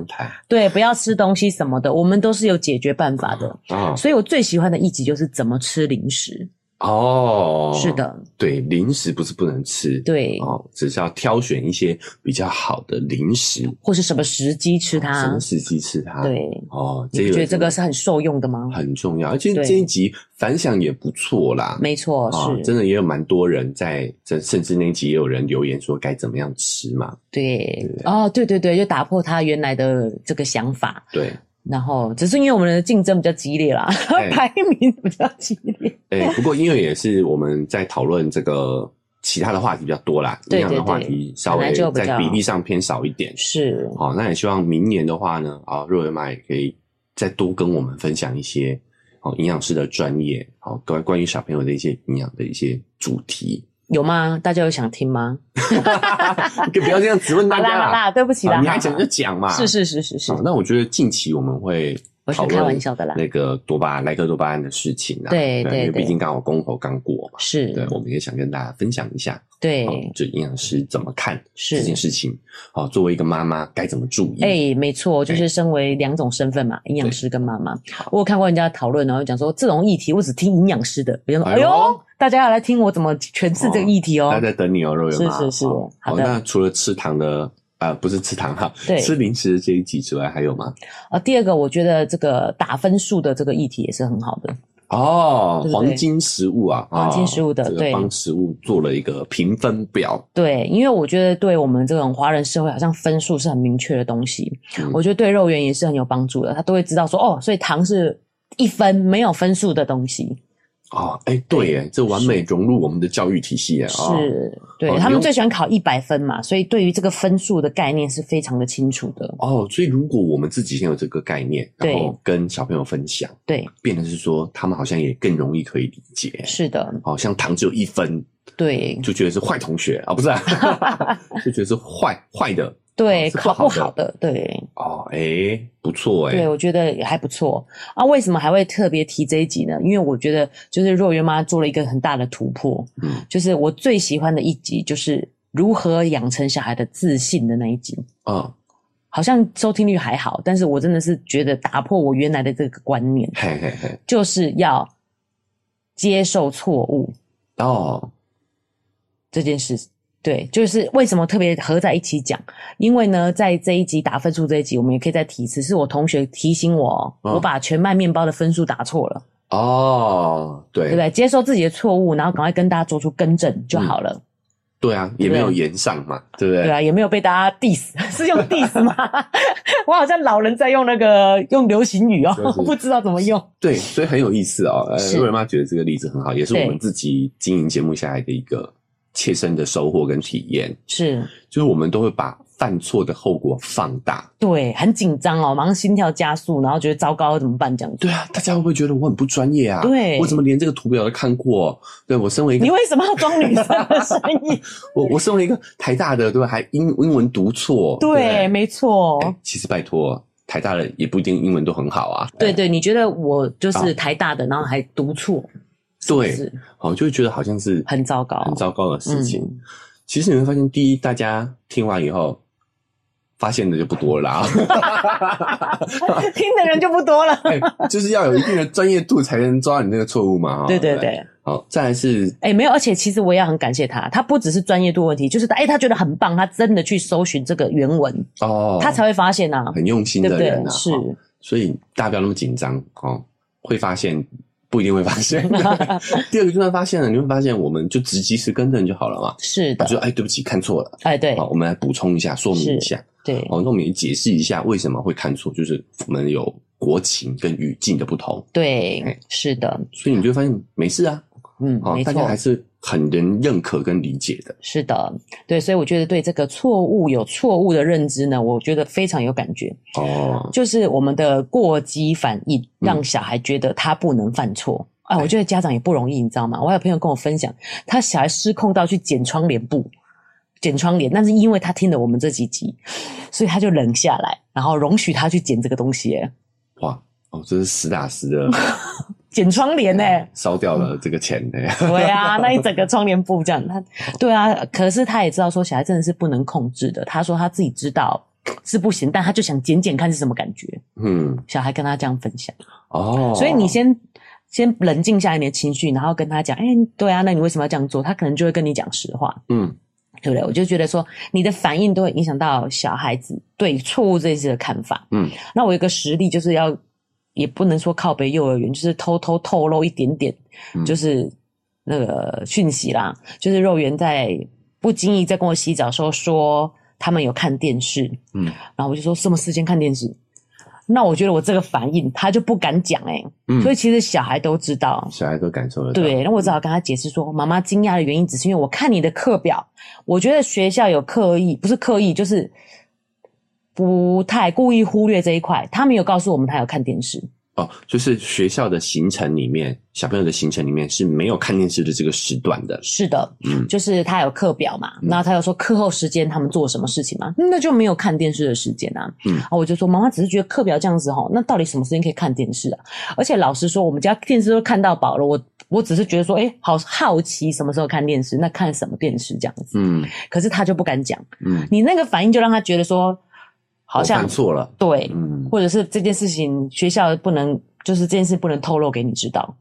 S1: 对，不要吃东西什么的，我们都是有解决办法的。
S2: 啊。
S1: 所以我最喜欢的一集就是怎么吃零食。
S2: 哦，
S1: 是，的，
S2: 对，零食不是不能吃，
S1: 对，
S2: 哦，只是要挑选一些比较好的零食，
S1: 或是什么时机吃
S2: 什
S1: 它
S2: 么，时机吃它？
S1: 对，
S2: 哦，
S1: 你
S2: 这
S1: 不
S2: 个
S1: 觉得这
S2: 真的
S1: 个是很受用的吗？
S2: 很重要，而且
S1: 对
S2: 这一集反响也不错啦。
S1: 没错，
S2: 啊，
S1: 是，
S2: 真的也有蛮多人在，这甚至那一集也有人留言说该怎么样吃嘛。
S1: 对，哦，对对对，就打破他原来的这个想法。
S2: 对，
S1: 然后只是因为我们的竞争比较激烈啦，
S2: 哎
S1: 排名比较激烈。
S2: 哎、不过因为也是我们在讨论这个其他的话题比较多啦，营
S1: 对
S2: 养的
S1: 对
S2: 话
S1: 对
S2: 题稍
S1: 本
S2: 微
S1: 来就比
S2: 在
S1: 较
S2: 比例上偏少一点。
S1: 是，
S2: 好、那也希望明年的话呢，啊，若文妈也可以再多跟我们分享一些哦营养师的专业，好、关关于小朋友的一些营养的一些主题。
S1: [laughs] 有吗？大家有想听吗？
S2: 你不要这样质问
S1: 好
S2: 大家
S1: 啦好啦，对不起啦，
S2: 啊你爱
S1: 好
S2: 讲就讲嘛。
S1: 是是是是是
S2: 啊。，那我觉得近期我们会
S1: 我是
S2: 讨论
S1: 开玩笑的啦
S2: 那个多巴莱克多巴胺的事情啊。
S1: 对对
S2: 因为
S1: 对
S2: 毕竟刚好公投刚过嘛。对
S1: 是，，
S2: 我们也想跟大家分享一下，
S1: 对
S2: 啊，就营养师怎么看
S1: 是
S2: 这件事情。好，作为一个妈妈该怎么注意？
S1: 哎，没错，就是身为两种身份嘛，营养师跟妈妈。我有看过人家讨论，然后讲说这种议题我只听营养师的，别人说
S2: 哎
S1: 哎
S2: 呦
S1: 呦，大家要来听我怎么诠释这个议题哦
S2: 大家。在等你哦，肉圆妈。
S1: 是是是
S2: 好
S1: 好
S2: 好，
S1: 的
S2: 那除了吃糖的，啊，不是吃糖哈，
S1: 对
S2: 吃零食的这一集之外，还有吗？
S1: 啊，第二个我觉得这个打分数的这个议题也是很好的，
S2: 哦
S1: 对，对
S2: 黄金食物啊，
S1: 黄金
S2: 啊
S1: 食物的
S2: 这个
S1: 对
S2: 帮食物做了一个评分表。
S1: 对，因为我觉得对我们这种华人社会，好像分数是很明确的东西。
S2: 嗯
S1: 我觉得对肉圆也是很有帮助的，他都会知道说，哦，所以糖是一分没有分数的东西，
S2: 哦，哎，对耶，这完美融入我们的教育体系耶啊！哦
S1: 是对、
S2: 哦
S1: 他
S2: 因为
S1: 们最喜欢考一百分嘛，所以对于这个分数的概念是非常的清楚的。
S2: 哦，所以如果我们自己先有这个概念，然
S1: 对
S2: 后跟小朋友分享，
S1: 对，
S2: 变得是说他们好像也更容易可以理解。
S1: 是的，
S2: 好像糖只有一分，
S1: 对
S2: 就觉得是坏同学啊，
S1: [laughs]
S2: 不是、啊，就觉得是坏坏的
S1: 对，
S2: 是不
S1: 考
S2: 好
S1: 不
S2: 的
S1: 好的，对
S2: 哦，哎，不错哎
S1: 对，，我觉得还不错啊。为什么还会特别提这一集呢？因为我觉得就是肉圆妈做了一个很大的突破，
S2: 嗯，
S1: 就是我最喜欢的一集，就是如何养成小孩的自信的那一集，
S2: 哦，
S1: 好像收听率还好，但是我真的是觉得打破我原来的这个观念，
S2: 嘿嘿嘿，
S1: 就是要接受错误
S2: 哦，
S1: 这件事。对，就是为什么特别合在一起讲，因为呢，在这一集打分数这一集，我们也可以再提一次，是我同学提醒我哦，
S2: 嗯
S1: 我把全麦面包的分数打错了。
S2: 哦，对，
S1: 对不对？接受自己的错误，然后赶快跟大家做出更正就好了。
S2: 对啊，也没有延上嘛，对嗯不对？
S1: 对啊，也没有被大家 diss，是用 diss 吗？ [laughs] 我好像老人在用那个用流行语哦，
S2: 就是
S1: 不知道怎么用。
S2: 对，所以很有意思哦。呃，
S1: 是
S2: 瑞妈觉得这个例子很好，也是我们
S1: 对
S2: 自己经营节目下来的一个切身的收获跟体验，
S1: 是
S2: 就是我们都会把犯错的后果放大。
S1: 对，很紧张哦，马上心跳加速，然后觉得糟糕怎么办这样子。
S2: 对啊，大家会不会觉得我很不专业啊？
S1: 对
S2: 我怎么连这个图表都看过？对我身为一个
S1: 你为什么要装女生的声音？ [laughs]
S2: 我我身为一个台大的，对吧？还英英文读错，
S1: 对，哦
S2: 对
S1: 没错。
S2: 哎其实拜托，台大人也不一定英文都很好啊。
S1: 对
S2: 哎
S1: 对，你觉得我就是
S2: 啊
S1: 台大的，然后还读错，
S2: 对，
S1: 是
S2: 哦，就会觉得好像是
S1: 很糟糕
S2: 很糟糕的事情。
S1: 嗯
S2: 其实你会发现，第一，大家听完以后发现的就不多了啊
S1: [laughs]
S2: 啦，
S1: 听的人就不多了。
S2: [laughs] 哎就是要有一定的专业度才能抓你那个错误嘛。哈
S1: 对对对。，
S2: 好，再来是
S1: 哎、没有，而且其实我也要很感谢他，他不只是专业度问题，就是他，哎、他觉得很棒，他真的去搜寻这个原文，
S2: 哦，
S1: 他才会发现啊，
S2: 很用心
S1: 对不
S2: 的
S1: 对
S2: 人？啊，
S1: 是，
S2: 哈所以大家不要那么紧张哦，会发现。不一定会发现。
S1: [laughs]
S2: 第二个，就算发现了，你会发现，我们就直及时更正就好了嘛。
S1: 是
S2: 我
S1: 的，
S2: 说，哎，对不起，看错了。
S1: 哎、对
S2: 好，我们来补充一下，说明一
S1: 是
S2: 下。
S1: 对，
S2: 哦，那我们也解释一下为什么会看错，就是我们有国情跟语境的不同，
S1: 对
S2: 哎，
S1: 是的，
S2: 所以你就会发现没事啊，
S1: 嗯，
S2: 哦，
S1: 没
S2: 大
S1: 错
S2: 家，还是很能认可跟理解的。
S1: 是的，对，所以我觉得对这个错误有错误的认知呢，我觉得非常有感觉，
S2: 哦，
S1: 就是我们的过激反应让小孩觉得他不能犯错。啊，我觉得家长也不容易，你知道吗？我还有朋友跟我分享，他小孩失控到去剪窗帘布，剪窗帘，但是因为他听了我们这几集，所以他就冷下来，然后容许他去剪这个东西，哎
S2: 哇，哦，这是实打实的
S1: 剪窗帘呢、
S2: 烧掉了这个钱呢、 [laughs]
S1: 对啊，那一整个窗帘布这样，他对啊，可是他也知道说小孩真的是不能控制的。他说他自己知道是不行，但他就想剪剪看是什么感觉。
S2: 嗯，
S1: 小孩跟他这样分享，
S2: 哦，
S1: 所以你先先冷静下来你的情绪，然后跟他讲，哎、对啊，那你为什么要这样做？他可能就会跟你讲实话，
S2: 嗯，
S1: 对不对？我就觉得说你的反应都会影响到小孩子对错误这件事的看法。
S2: 嗯，
S1: 那我有一个实例就是要。也不能说靠北幼儿园，就是偷偷透露一点点
S2: 嗯
S1: 就是那个讯息啦，就是肉圆在不经意在跟我洗澡的时候说他们有看电视，
S2: 嗯
S1: 然后我就说什么时间看电视？那我觉得我这个反应他就不敢讲哎、
S2: 嗯
S1: 所以其实小孩都知道。
S2: 小孩都感受得到，
S1: 对，那我只好跟他解释说，妈妈惊讶的原因只是因为我看你的课表，我觉得学校有刻意，不是刻意，就是不太故意忽略这一块。他们有告诉我们他有看电视，
S2: 哦，就是学校的行程里面，小朋友的行程里面是没有看电视的这个时段的，
S1: 是的，
S2: 嗯
S1: 就是他有课表嘛，
S2: 嗯
S1: 然后他有说课后时间他们做什么事情嘛，那就没有看电视的时间啊。
S2: 嗯
S1: 啊，我就说妈妈只是觉得课表这样子吼，那到底什么时间可以看电视啊？而且老实说，我们家电视都看到饱了，我我只是觉得说，哎，好好奇什么时候看电视，那看什么电视这样子。
S2: 嗯
S1: 可是他就不敢讲，
S2: 嗯，
S1: 你那个反应就让他觉得说，好
S2: 我
S1: 像
S2: 犯错了，
S1: 对，
S2: 嗯
S1: 或者是这件事情学校不能，就是这件事不能透露给你知道。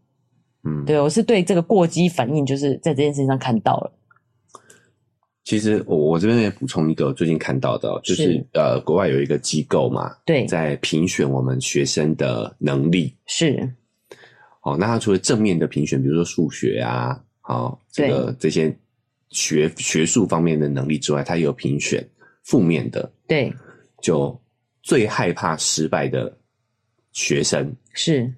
S2: 嗯，
S1: 对我是对这个过激反应，就是在这件事情上看到了。
S2: 其实我我这边也补充一个我最近看到的哦，就是
S1: 是
S2: 呃，国外有一个机构嘛，
S1: 对，
S2: 在评选我们学生的能力。
S1: 是。
S2: 哦，那他除了正面的评选，比如说数学啊，好、这个这些学学术方面的能力之外，他也有评选负面的，
S1: 对，
S2: 就最害怕失败的学生，
S1: 是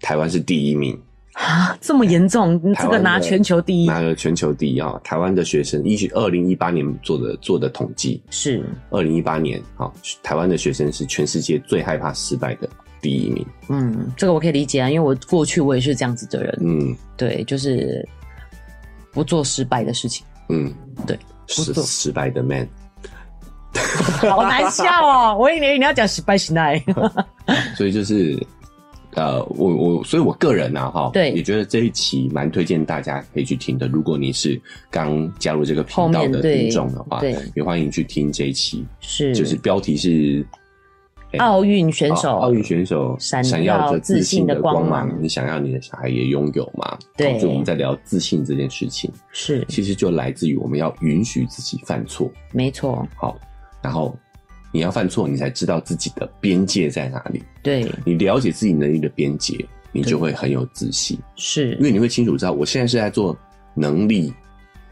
S2: 台湾是第一名，
S1: 啊，这么严重，你这
S2: 台
S1: 个
S2: 湾
S1: 拿
S2: 的
S1: 全球第一
S2: 拿了全球第一啊、哦！台湾的学生，一二零一八年做的做的统计，
S1: 是
S2: 二零一八年，好、台湾的学生是全世界最害怕失败的第一名。
S1: 嗯，这个我可以理解啊，因为我过去我也是这样子的人，
S2: 嗯
S1: 对，就是不做失败的事
S2: [laughs]
S1: 情，
S2: 嗯，
S1: 对，不
S2: 失
S1: 错
S2: 失败的 man。
S1: 好难笑哦，我以为你要讲失败心态，
S2: 所以就是呃，我我，所以我个人呢、啊，哈，
S1: 对
S2: 也觉得这一期蛮推荐大家可以去听的。如果你是刚加入这个频道
S1: 后面
S2: 的
S1: 对
S2: 听众的话
S1: 对，
S2: 也欢迎去听这一期，
S1: 是
S2: 就是标题是
S1: 奥运选手，
S2: 哦奥奥运选手
S1: 闪
S2: 闪耀
S1: 耀
S2: 着
S1: 自
S2: 自信
S1: 信的
S2: 的光
S1: 光
S2: 芒，
S1: 芒
S2: 你想要你的小孩也拥有嘛？
S1: 对
S2: 就我们在聊自信这件事情，
S1: 是
S2: 其实就来自于我们要允许自己犯错，
S1: 没错，
S2: 好，然后你要犯错，你才知道自己的边界在哪里，
S1: 对，
S2: 你了解自己能力的边界，你就会很有自信。
S1: 是
S2: 因，为你会清楚知道我现在是在做能力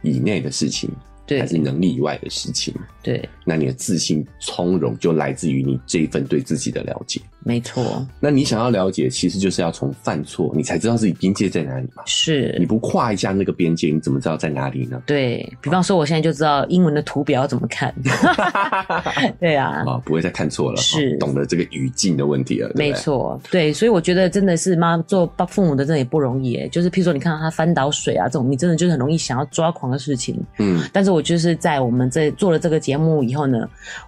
S2: 以内的事情，
S1: 对
S2: 还是能力以外的事情。
S1: 对，
S2: 那你的自信从容就来自于你这一份对自己的了解。
S1: 没错，
S2: 那你想要了解，其实就是要从犯错，你才知道自己边界在哪里嘛。你
S1: 是，
S2: 不跨一下那个边界，你怎么知道在哪里呢？
S1: 对比方说，我现在就知道英文的图表要怎么
S2: [laughs]
S1: 看，对啊，
S2: 啊，不会再看错了，啊
S1: 是
S2: 懂得这个语境的问题了，对不对
S1: 没。错，对，所以我觉得真的是妈做爸父母的真的也不容易耶。就是譬如说，你看到他翻倒水啊这种，你真的就是很容易想要抓狂的事情。
S2: 嗯，
S1: 但是我就是在我们这做了这个节目以后呢，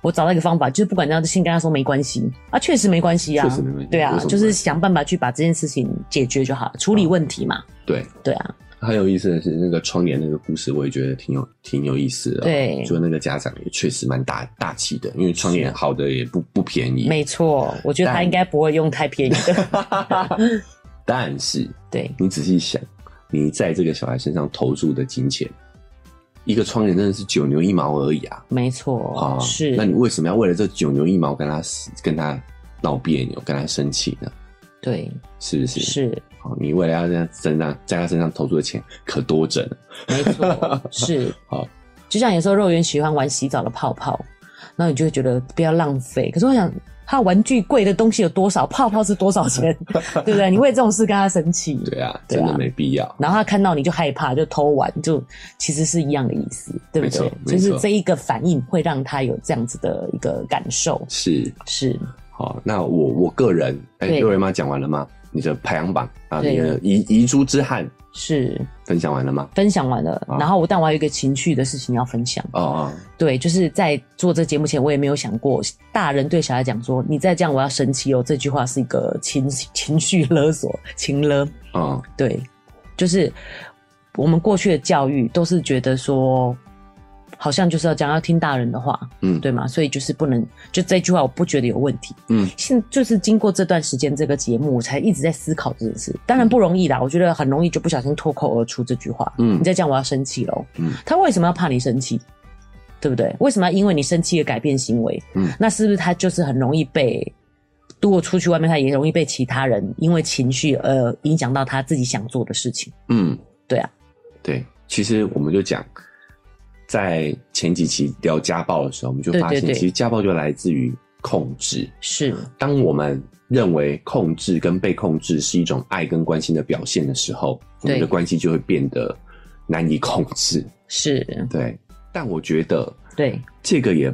S1: 我找到一个方法，就是不管怎样，先跟他说没关系啊，确实没关系啊，
S2: 确实没关系
S1: 对
S2: 有
S1: 啊，
S2: 什么
S1: 就是
S2: 关系
S1: 想办法去把这件事情解决就好了，处理问题嘛，
S2: 对。
S1: 对啊，
S2: 很有意思的是，那个窗帘那个故事，我也觉得挺有挺有意思的。啊
S1: 对
S2: 就那个家长也确实蛮大大气的，因为窗帘好的也不不便宜。
S1: 没错，我觉得他
S2: 但
S1: 应该不会用太便宜的， [laughs]
S2: 但是
S1: 对，
S2: 你仔细想，你在这个小孩身上投注的金钱，一个窗帘真的是九牛一毛而已啊！
S1: 没错，
S2: 啊，
S1: 是
S2: 那，你为什么要为了这九牛一毛跟他死跟他闹别扭，跟他生气呢？
S1: 对，
S2: 是不是？。
S1: 是，
S2: 好，你为了要在他身上在他身上投注的钱可多着呢。
S1: 没错，是，
S2: [laughs] 好，
S1: 就像有时候肉圆喜欢玩洗澡的泡泡，然后你就会觉得不要浪费。可是我想，他玩具贵的东西有多少，泡泡是多少
S2: [laughs]
S1: 钱，对不对？你为这种事跟他生气，
S2: 对啊，
S1: 对啊
S2: 真的没必要。
S1: 然后他看到你就害怕，就偷玩，就其实是一样的意思，对不对
S2: 没错？没
S1: 就
S2: 错
S1: 是这一个反应会让他有这样子的一个感受，
S2: 是，
S1: 是
S2: 好，那我我个人，哎、
S1: 对
S2: 六位妈讲完了吗？你的排行榜啊，
S1: 对
S2: 你的遗遗珠之憾
S1: 是。
S2: 分享完了吗？
S1: 分享完了，
S2: 啊
S1: 然后我但我还有一个情绪的事情要分享。
S2: 哦哦，
S1: 对，就是在做这节目前，我也没有想过，大人对小孩讲说“你再这样，我要生气哦”，这句话是一个情情绪勒索、情勒。
S2: 哦，
S1: 对，就是我们过去的教育都是觉得说，好像就是要讲要听大人的话，
S2: 嗯，
S1: 对吗？所以就是不能就这句话，我不觉得有问题。
S2: 嗯，
S1: 现就是经过这段时间这个节目，我才一直在思考这件事。当然不容易啦，我觉得很容易就不小心脱口而出这句话。
S2: 嗯
S1: 你再这样我要生气喽。
S2: 嗯，
S1: 他为什么要怕你生气？对不对？为什么要因为你生气而改变行为？
S2: 嗯
S1: 那是不是他就是很容易被？如果出去外面，他也容易被其他人因为情绪而影响到他自己想做的事情。
S2: 嗯，
S1: 对啊，
S2: 对，其实我们就讲，在前几期聊家暴的时候，我们就发
S1: 对
S2: 现，
S1: 对对
S2: 其实家暴就来自于控制。
S1: 是
S2: 当我们认为控制跟被控制是一种爱跟关心的表现的时候，我们
S1: 对
S2: 的关系就会变得难以控制。 [laughs]
S1: 是，
S2: 对，但我觉得
S1: 对，
S2: 这个也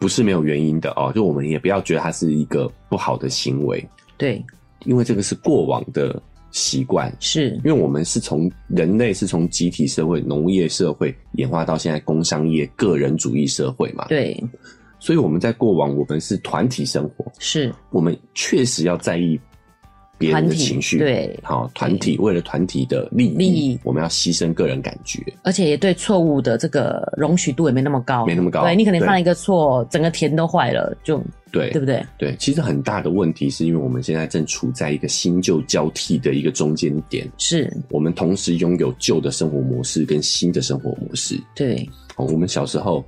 S2: 不是没有原因的哦，就我们也不要觉得它是一个不好的行为，
S1: 对，
S2: 因为这个是过往的习惯。
S1: 是，
S2: 因为我们是从人类是从集体社会、农业社会演化到现在工商业、个人主义社会嘛，
S1: 对，
S2: 所以我们在过往我们是团体生活，
S1: 是
S2: 我们确实要在意别人
S1: 团
S2: 的
S1: 体
S2: 情绪，，
S1: 对，
S2: 好，团体为了团体的利益，
S1: 利益
S2: 我们要牺牲个人感觉，
S1: 而且也对错误的这个容许度也没那么高，
S2: 没那么高
S1: 对你可能
S2: 对
S1: 犯了一个错，整个田都坏了，就
S2: 对，
S1: 对不对？
S2: 对，其实很大的问题是因为我们现在正处在一个新旧交替的一个中间点，
S1: 是，
S2: 我们同时拥有旧的生活模式跟新的生活模式。
S1: 对，
S2: 哦，我们小时候，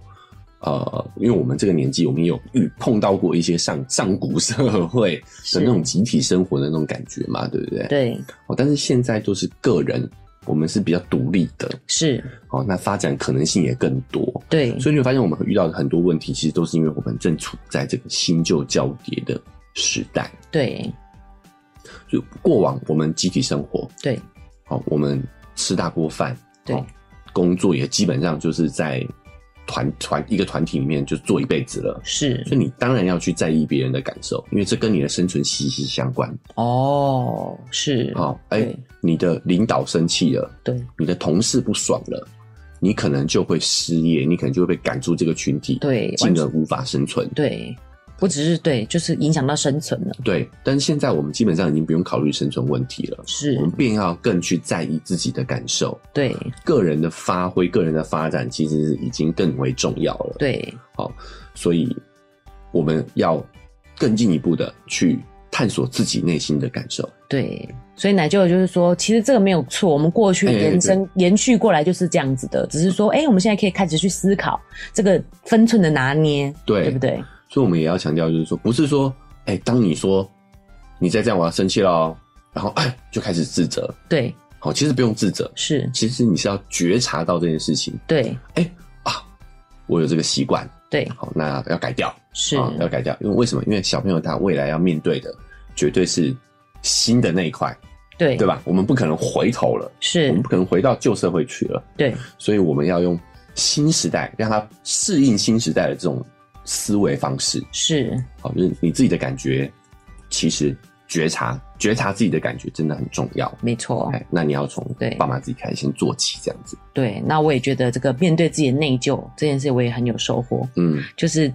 S2: 呃，因为我们这个年纪，我们也有遇碰到过一些上上古社会的那种集体生活的那种感觉嘛，对不对？。
S1: 对，
S2: 哦，但是现在都是个人，我们是比较独立的，
S1: 是，
S2: 哦，那发展可能性也更多。
S1: 对，
S2: 所以你会发现，我们遇到的很多问题，其实都是因为我们正处在这个新旧交叠的时代。
S1: 对，
S2: 就过往我们集体生活，
S1: 对，
S2: 好，我们吃大锅饭，
S1: 对
S2: 好，工作也基本上就是在团团一个团体里面就做一辈子了，
S1: 是，
S2: 所以你当然要去在意别人的感受，因为这跟你的生存息息相关。
S1: 哦，是，
S2: 好，哎、
S1: 对
S2: 你的领导生气了，
S1: 对，
S2: 你的同事不爽了，你可能就会失业，你可能就会被赶出这个群体，
S1: 对，
S2: 进
S1: 完
S2: 而无法生存。
S1: 对，不只是对，就是影响到生存了。
S2: 对，但是现在我们基本上已经不用考虑生存问题了，
S1: 是
S2: 我们便要更去在意自己的感受，
S1: 对
S2: 个人的发挥、个人的发展，其实已经更为重要了。，
S1: 对，
S2: 好，所以我们要更进一步的去探索自己内心的感受。
S1: 对，所以奶舅就是说，其实这个没有错，我们过去
S2: 哎哎
S1: 延伸、延续过来就是这样子的，只是说，哎、我们现在可以开始去思考这个分寸的拿捏，
S2: 对
S1: 对不对？
S2: 所以我们也要强调，就是说，不是说，哎、当你说你再这样，我要生气喽，然后哎就开始自责。
S1: 对，
S2: 好，其实不用自责，
S1: 是，
S2: 其实你是要觉察到这件事情。
S1: 对，
S2: 哎、啊，我有这个习惯，
S1: 对，
S2: 好，那要改掉。
S1: 是，
S2: 啊，要改掉，因为为什么？因为小朋友他未来要面对的绝对是新的那一块，
S1: 对，
S2: 对嗯吧？我们不可能回头了，我
S1: 是
S2: 们，不可能回到旧社会去了，
S1: 对，
S2: 所以我们要用新时代，让他适应新时代的这种思维方式。
S1: 是，
S2: 好，就是你自己的感觉，其实觉察觉察自己的感觉真的很重要。
S1: 没错，
S2: 哎，那你要从
S1: 对
S2: 爸妈自己开始先做起，这样子。
S1: 对。那我也觉得这个面对自己的内疚这件事，我也很有收获，
S2: 嗯，
S1: 就是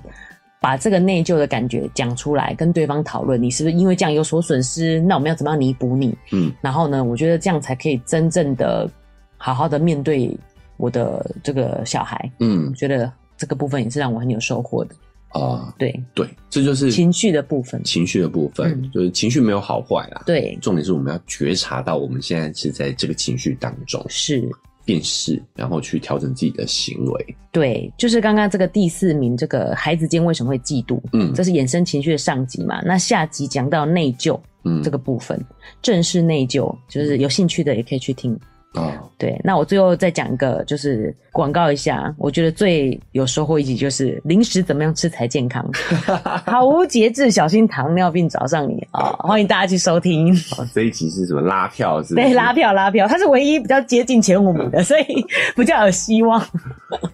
S1: 把这个内疚的感觉讲出来，跟对方讨论，你是不是因为这样有所损失？那我们要怎么样弥补你？
S2: 嗯，
S1: 然后呢，我觉得这样才可以真正的好好的面对我的这个小孩。
S2: 嗯
S1: 我觉得这个部分也是让我很有收获的，
S2: 啊、
S1: 对
S2: 对，这就是
S1: 情绪的部分，
S2: 情绪的部分，
S1: 嗯
S2: 就是情绪没有好坏啦。
S1: 对，
S2: 重点是我们要觉察到我们现在是在这个情绪当中
S1: 是。
S2: 辨识，然后去调整自己的行为。
S1: 对，就是刚刚这个第四名，这个孩子间为什么会嫉妒？
S2: 嗯
S1: 这是衍生情绪的上集嘛。那下集讲到内疚
S2: 嗯，
S1: 这个部分，正式内疚，就是有兴趣的也可以去听。
S2: 哦，
S1: 对，那我最后再讲一个，就是广告一下，我觉得最有收获一集就是零食怎么样吃才健
S2: [laughs]
S1: 康，毫无节制，小心糖尿病找上你啊、欢迎大家去收听。 [laughs]
S2: 好这一集是什么呃拉票是不哦是嗯
S1: 对，拉票拉票，它是唯一比较接近前五名的，所以比较有希望。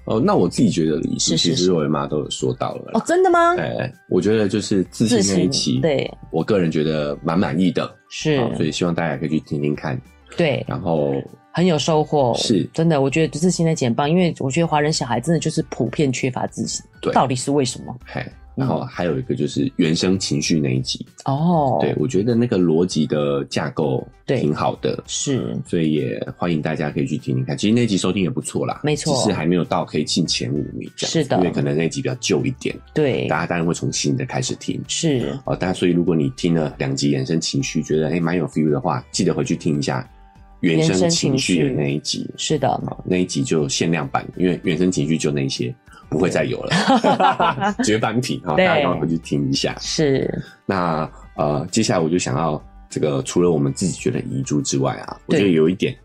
S2: 哦，那我自己觉得李
S1: 是是
S2: 叔其
S1: 是
S2: 实我妈都有说到了啦。
S1: 哦，真的吗？
S2: 哎，我觉得就是自信那一期，
S1: 对，
S2: 我个人觉得蛮满意的，
S1: 是，
S2: 好所以希望大家可以去听听看。
S1: 对，
S2: 然后，
S1: 很有收获，
S2: 是
S1: 真的。我觉得自信在减棒，因为我觉得华人小孩真的就是普遍缺乏自信，
S2: 对
S1: 到底是为什么？
S2: 嘿，然后还有一个就是原生情绪那一集，
S1: 哦，
S2: 对，我觉得那个逻辑的架构
S1: 对
S2: 挺好的，
S1: 是，
S2: 所以也欢迎大家可以去听听看。其实那集收听也不错啦，
S1: 没错
S2: 只是还没有到可以进前五名这样子。
S1: 是的
S2: 因为可能那集比较旧一点，
S1: 对，
S2: 大家当然会从新的开始听。
S1: 是，
S2: 哦，大家所以如果你听了两集衍生情绪，觉得哎蛮有 feel 的话，记得回去听一下原
S1: 原生
S2: 生
S1: 情
S2: 情绪的
S1: 绪
S2: 那一集。
S1: 是的，
S2: 好，那一集就限量版，因为原生情绪就那一些，不会再
S1: [laughs]
S2: 有了，绝版品哈，
S1: 对
S2: 大家赶快回去听一下。
S1: 是，
S2: 那呃，接下来我就想要这个，除了我们自己觉得遗珠之外啊，我
S1: 对
S2: 觉得有一点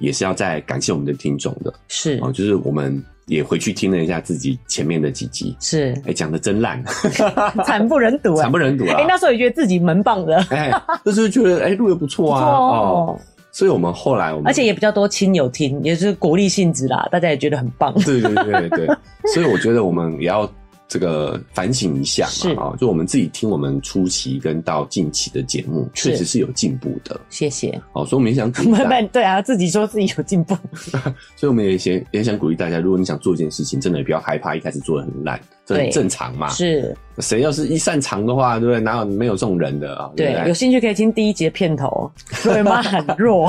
S2: 也是要再感谢我们的听众的
S1: 是
S2: 哦、，就是我们也回去听了一下自己前面的几集，
S1: 是
S2: 哎、讲的真烂，
S1: [laughs] 惨不忍睹啊
S2: 惨！不忍睹
S1: 哎、
S2: 啊！
S1: 那时候也觉得自己蛮棒的，
S2: 哎、就是觉得哎录的不错
S1: 不
S2: 啊
S1: 错哦，
S2: 所以我们后来我们
S1: 而且也比较多亲友听，也就是鼓励性质啦，大家也觉得很棒。
S2: 对对对对， [laughs] 对，所以我觉得我们也要这个反省一下
S1: 是
S2: 嘛，啊、就我们自己听我们初期跟到近期的节目，
S1: 是
S2: 确实是有进步的
S1: 谢谢，
S2: 哦，所以我们也想鼓
S1: 不
S2: 励大家，
S1: 不，对啊，自己说自己有进步，
S2: 所以我们也想也想鼓励大家，如果你想做一件事情，真的也不要害怕一开始做的很烂，这
S1: 对
S2: 很正常嘛。
S1: 是
S2: 谁要是一擅长的话，对不对？哪有没有这种人的啊？对
S1: 对
S2: 不，
S1: 有
S2: 对？
S1: 兴趣可以听第一节片 [laughs] 头，瑞妈很弱，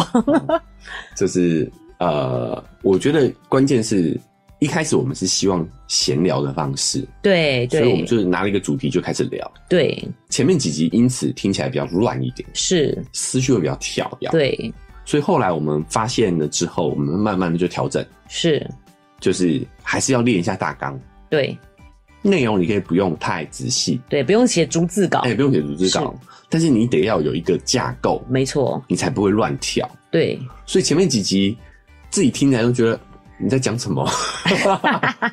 S2: 就是呃，我觉得关键是一开始我们是希望闲聊的方式，
S1: 对
S2: 所以我们
S1: 对
S2: 就是拿了一个主题就开始聊。
S1: 对，
S2: 前面几集因此听起来比较乱一点，
S1: 是，
S2: 思绪会比较跳跃。，
S1: 对
S2: 所以后来我们发现了之后，我们慢慢的就调整，
S1: 是，
S2: 就是还是要练一下大纲，
S1: 对
S2: 内容你可以不用太仔细，
S1: 对，不用写逐字稿，
S2: 哎、不用写逐字稿，但是你得要有一个架构，
S1: 没错，
S2: 你才不会乱跳。
S1: 对
S2: 所以前面几集自己听起来都觉得你在讲什么， [laughs]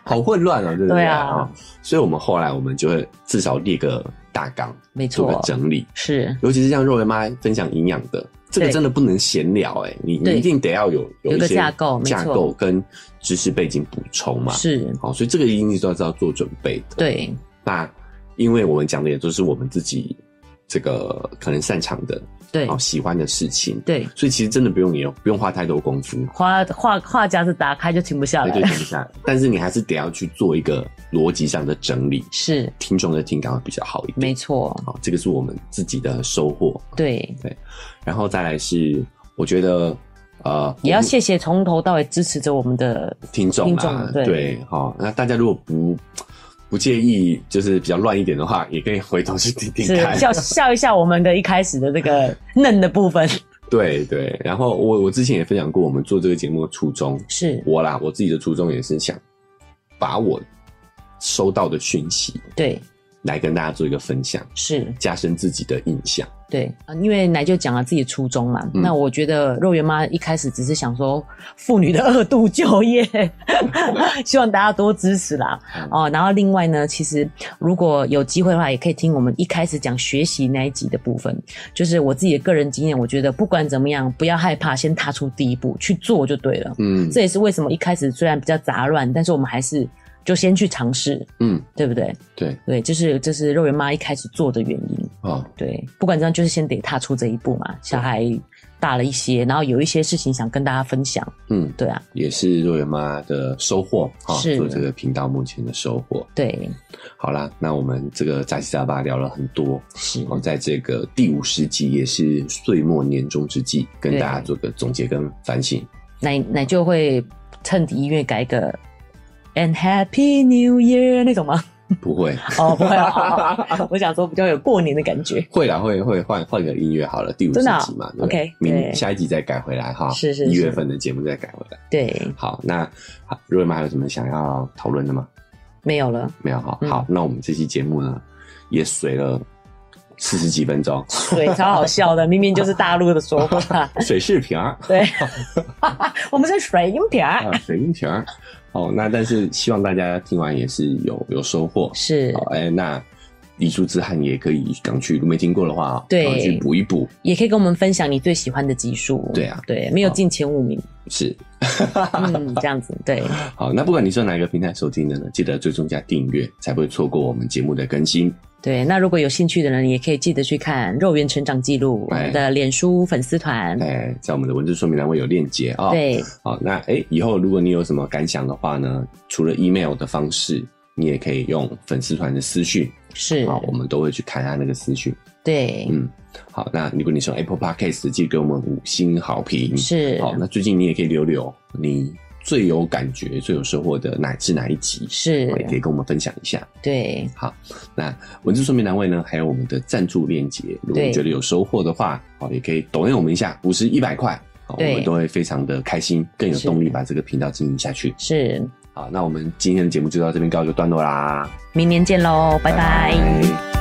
S2: 好混乱啊，对不
S1: 对
S2: 对
S1: 啊？
S2: 所以我们后来我们就会至少列个大纲，
S1: 没
S2: 做个
S1: 错，
S2: 整理，
S1: 是
S2: 尤其是像肉圆妈分享营养的，这个
S1: 对
S2: 真的不能闲聊哎、你你
S1: 对
S2: 一定得要有
S1: 有
S2: 一
S1: 个
S2: 些
S1: 架构没错
S2: 架构跟知识背景补充嘛。
S1: 是，
S2: 好，所以这个一定都要知道做准备的。，
S1: 对
S2: 那因为我们讲的也都是我们自己这个可能擅长的，
S1: 对
S2: 哦喜欢的事情。
S1: 对，
S2: 所以其实真的不用你用不用花太多功夫，
S1: 画画画夹子打开就停不下
S2: 那
S1: 来
S2: 就
S1: 了。
S2: 停下来。 [laughs] 但是你还是得要去做一个逻辑上的整理，
S1: 是，
S2: 听众的听感会比较好一点。
S1: 没错，
S2: 好、这个是我们自己的收获。
S1: 对，
S2: 然后再来是，我觉得呃，
S1: 也要
S2: 我们
S1: 谢谢从头到尾支持着我们的，
S2: 听众
S1: 听
S2: 啦
S1: 众，对
S2: 好、那大家如果不不介意，就是比较乱一点的话，也可以回头去听听
S1: 是
S2: 看。
S1: 笑笑一下我们的一开始的这个嫩的部分，
S2: 对对，然后我我之前也分享过，我们做这个节目的初衷，
S1: 是
S2: 我啦，我自己的初衷也是想把我收到的讯息
S1: 对，
S2: 来跟大家做一个分享，
S1: 是
S2: 加深自己的印象。
S1: 对，呃因为奶就讲了自己的初衷嘛。
S2: 嗯
S1: 那我觉得肉圆妈一开始只是想说妇女的二度就
S2: [laughs]
S1: 业，希望大家多支持啦。
S2: 嗯
S1: 哦，然后另外呢，其实如果有机会的话，也可以听我们一开始讲学习那一集的部分。就是我自己的个人经验，我觉得不管怎么样，不要害怕，先踏出第一步去做就对了。
S2: 嗯
S1: 这也是为什么一开始虽然比较杂乱，但是我们还是就先去尝试，
S2: 嗯，
S1: 对不对？
S2: 对
S1: 对，这是这是肉圆妈一开始做的原因。
S2: 哦，
S1: 对，不管怎样，就是先得踏出这一步嘛。小孩大了一些，然后有一些事情想跟大家分享，
S2: 嗯，
S1: 对啊，
S2: 也是若圆妈的收获哈，
S1: 是
S2: 做这个频道目前的收获。
S1: 对，
S2: 好啦，那我们这个杂七杂八聊了很多，
S1: 是，
S2: 哦，在这个第五十集也是岁末年终之际，跟
S1: 对
S2: 大家做个总结跟反省。
S1: 奶奶就会趁音乐改一个 “and Happy New Year” 那种
S2: [laughs]
S1: 吗？
S2: 不会，
S1: 哦，不会啊、哦，我想说比较有过年的感觉。
S2: 会啦，会会换换个音乐好了，第五十
S1: 真的啊
S2: 集嘛对不对
S1: OK，
S2: 明
S1: 对
S2: 下一集再改回来哈，
S1: 是是
S2: 一
S1: 是
S2: 月份的节目再改回来。
S1: 对，
S2: 好，那啊若圆妈还有什么想要讨论的吗？
S1: 没有了，
S2: 没有哈，
S1: 嗯
S2: 好，那我们这期节目呢也水了四十几
S1: [laughs]
S2: 分钟，
S1: 对，超好笑的，明明就是大陆的说法。
S2: 水视频儿。 [laughs]
S1: 对，我们是水音瓶儿，
S2: 啊，水晶瓶儿。哦，那但是希望大家听完也是有有收获。
S1: 是
S2: 好，哎、那遗珠之憾也可以赶去，如果没听过的话啊，
S1: 对
S2: 赶快去补一补。
S1: 也可以跟我们分享你最喜欢的集数。
S2: 对啊
S1: 对，没有进前五
S2: [laughs]
S1: 名，
S2: 是，
S1: 嗯，这样子，对，
S2: 好，那不管你是用哪一个平台收听的呢，记得追踪加订阅，才不会错过我们节目的更新。
S1: 对，那如果有兴趣的人，也可以记得去看《肉圆成长记录》我
S2: 哎
S1: 们的脸书粉丝团。
S2: 哎，在我们的文字说明栏位有链接啊、，
S1: 对，
S2: 好，那哎、以后如果你有什么感想的话呢，除了 email 的方式，你也可以用粉丝团的私讯
S1: 是
S2: 啊、，我们都会去看他那个私讯。
S1: 对，
S2: 嗯，好，那如果你是用 Apple Podcast，记得给我们五星好评。，
S1: 是，
S2: 好，那最近你也可以留留你最有感觉、最有收获的哪是哪一集，
S1: 是，
S2: 也可以跟我们分享一下。
S1: 对，
S2: 那文字说明栏位呢，还有我们的赞助链接，如果你
S1: 对
S2: 觉得有收获的话，好，也可以抖内我们一下，五十、一百块，好，我
S1: 对
S2: 们都会非常的开心，更有
S1: 是
S2: 动力把这个频道经营下去。
S1: 是，
S2: 好，那我们今天的节目就到这边告一个段落啦，
S1: 明年见喽，拜拜
S2: 拜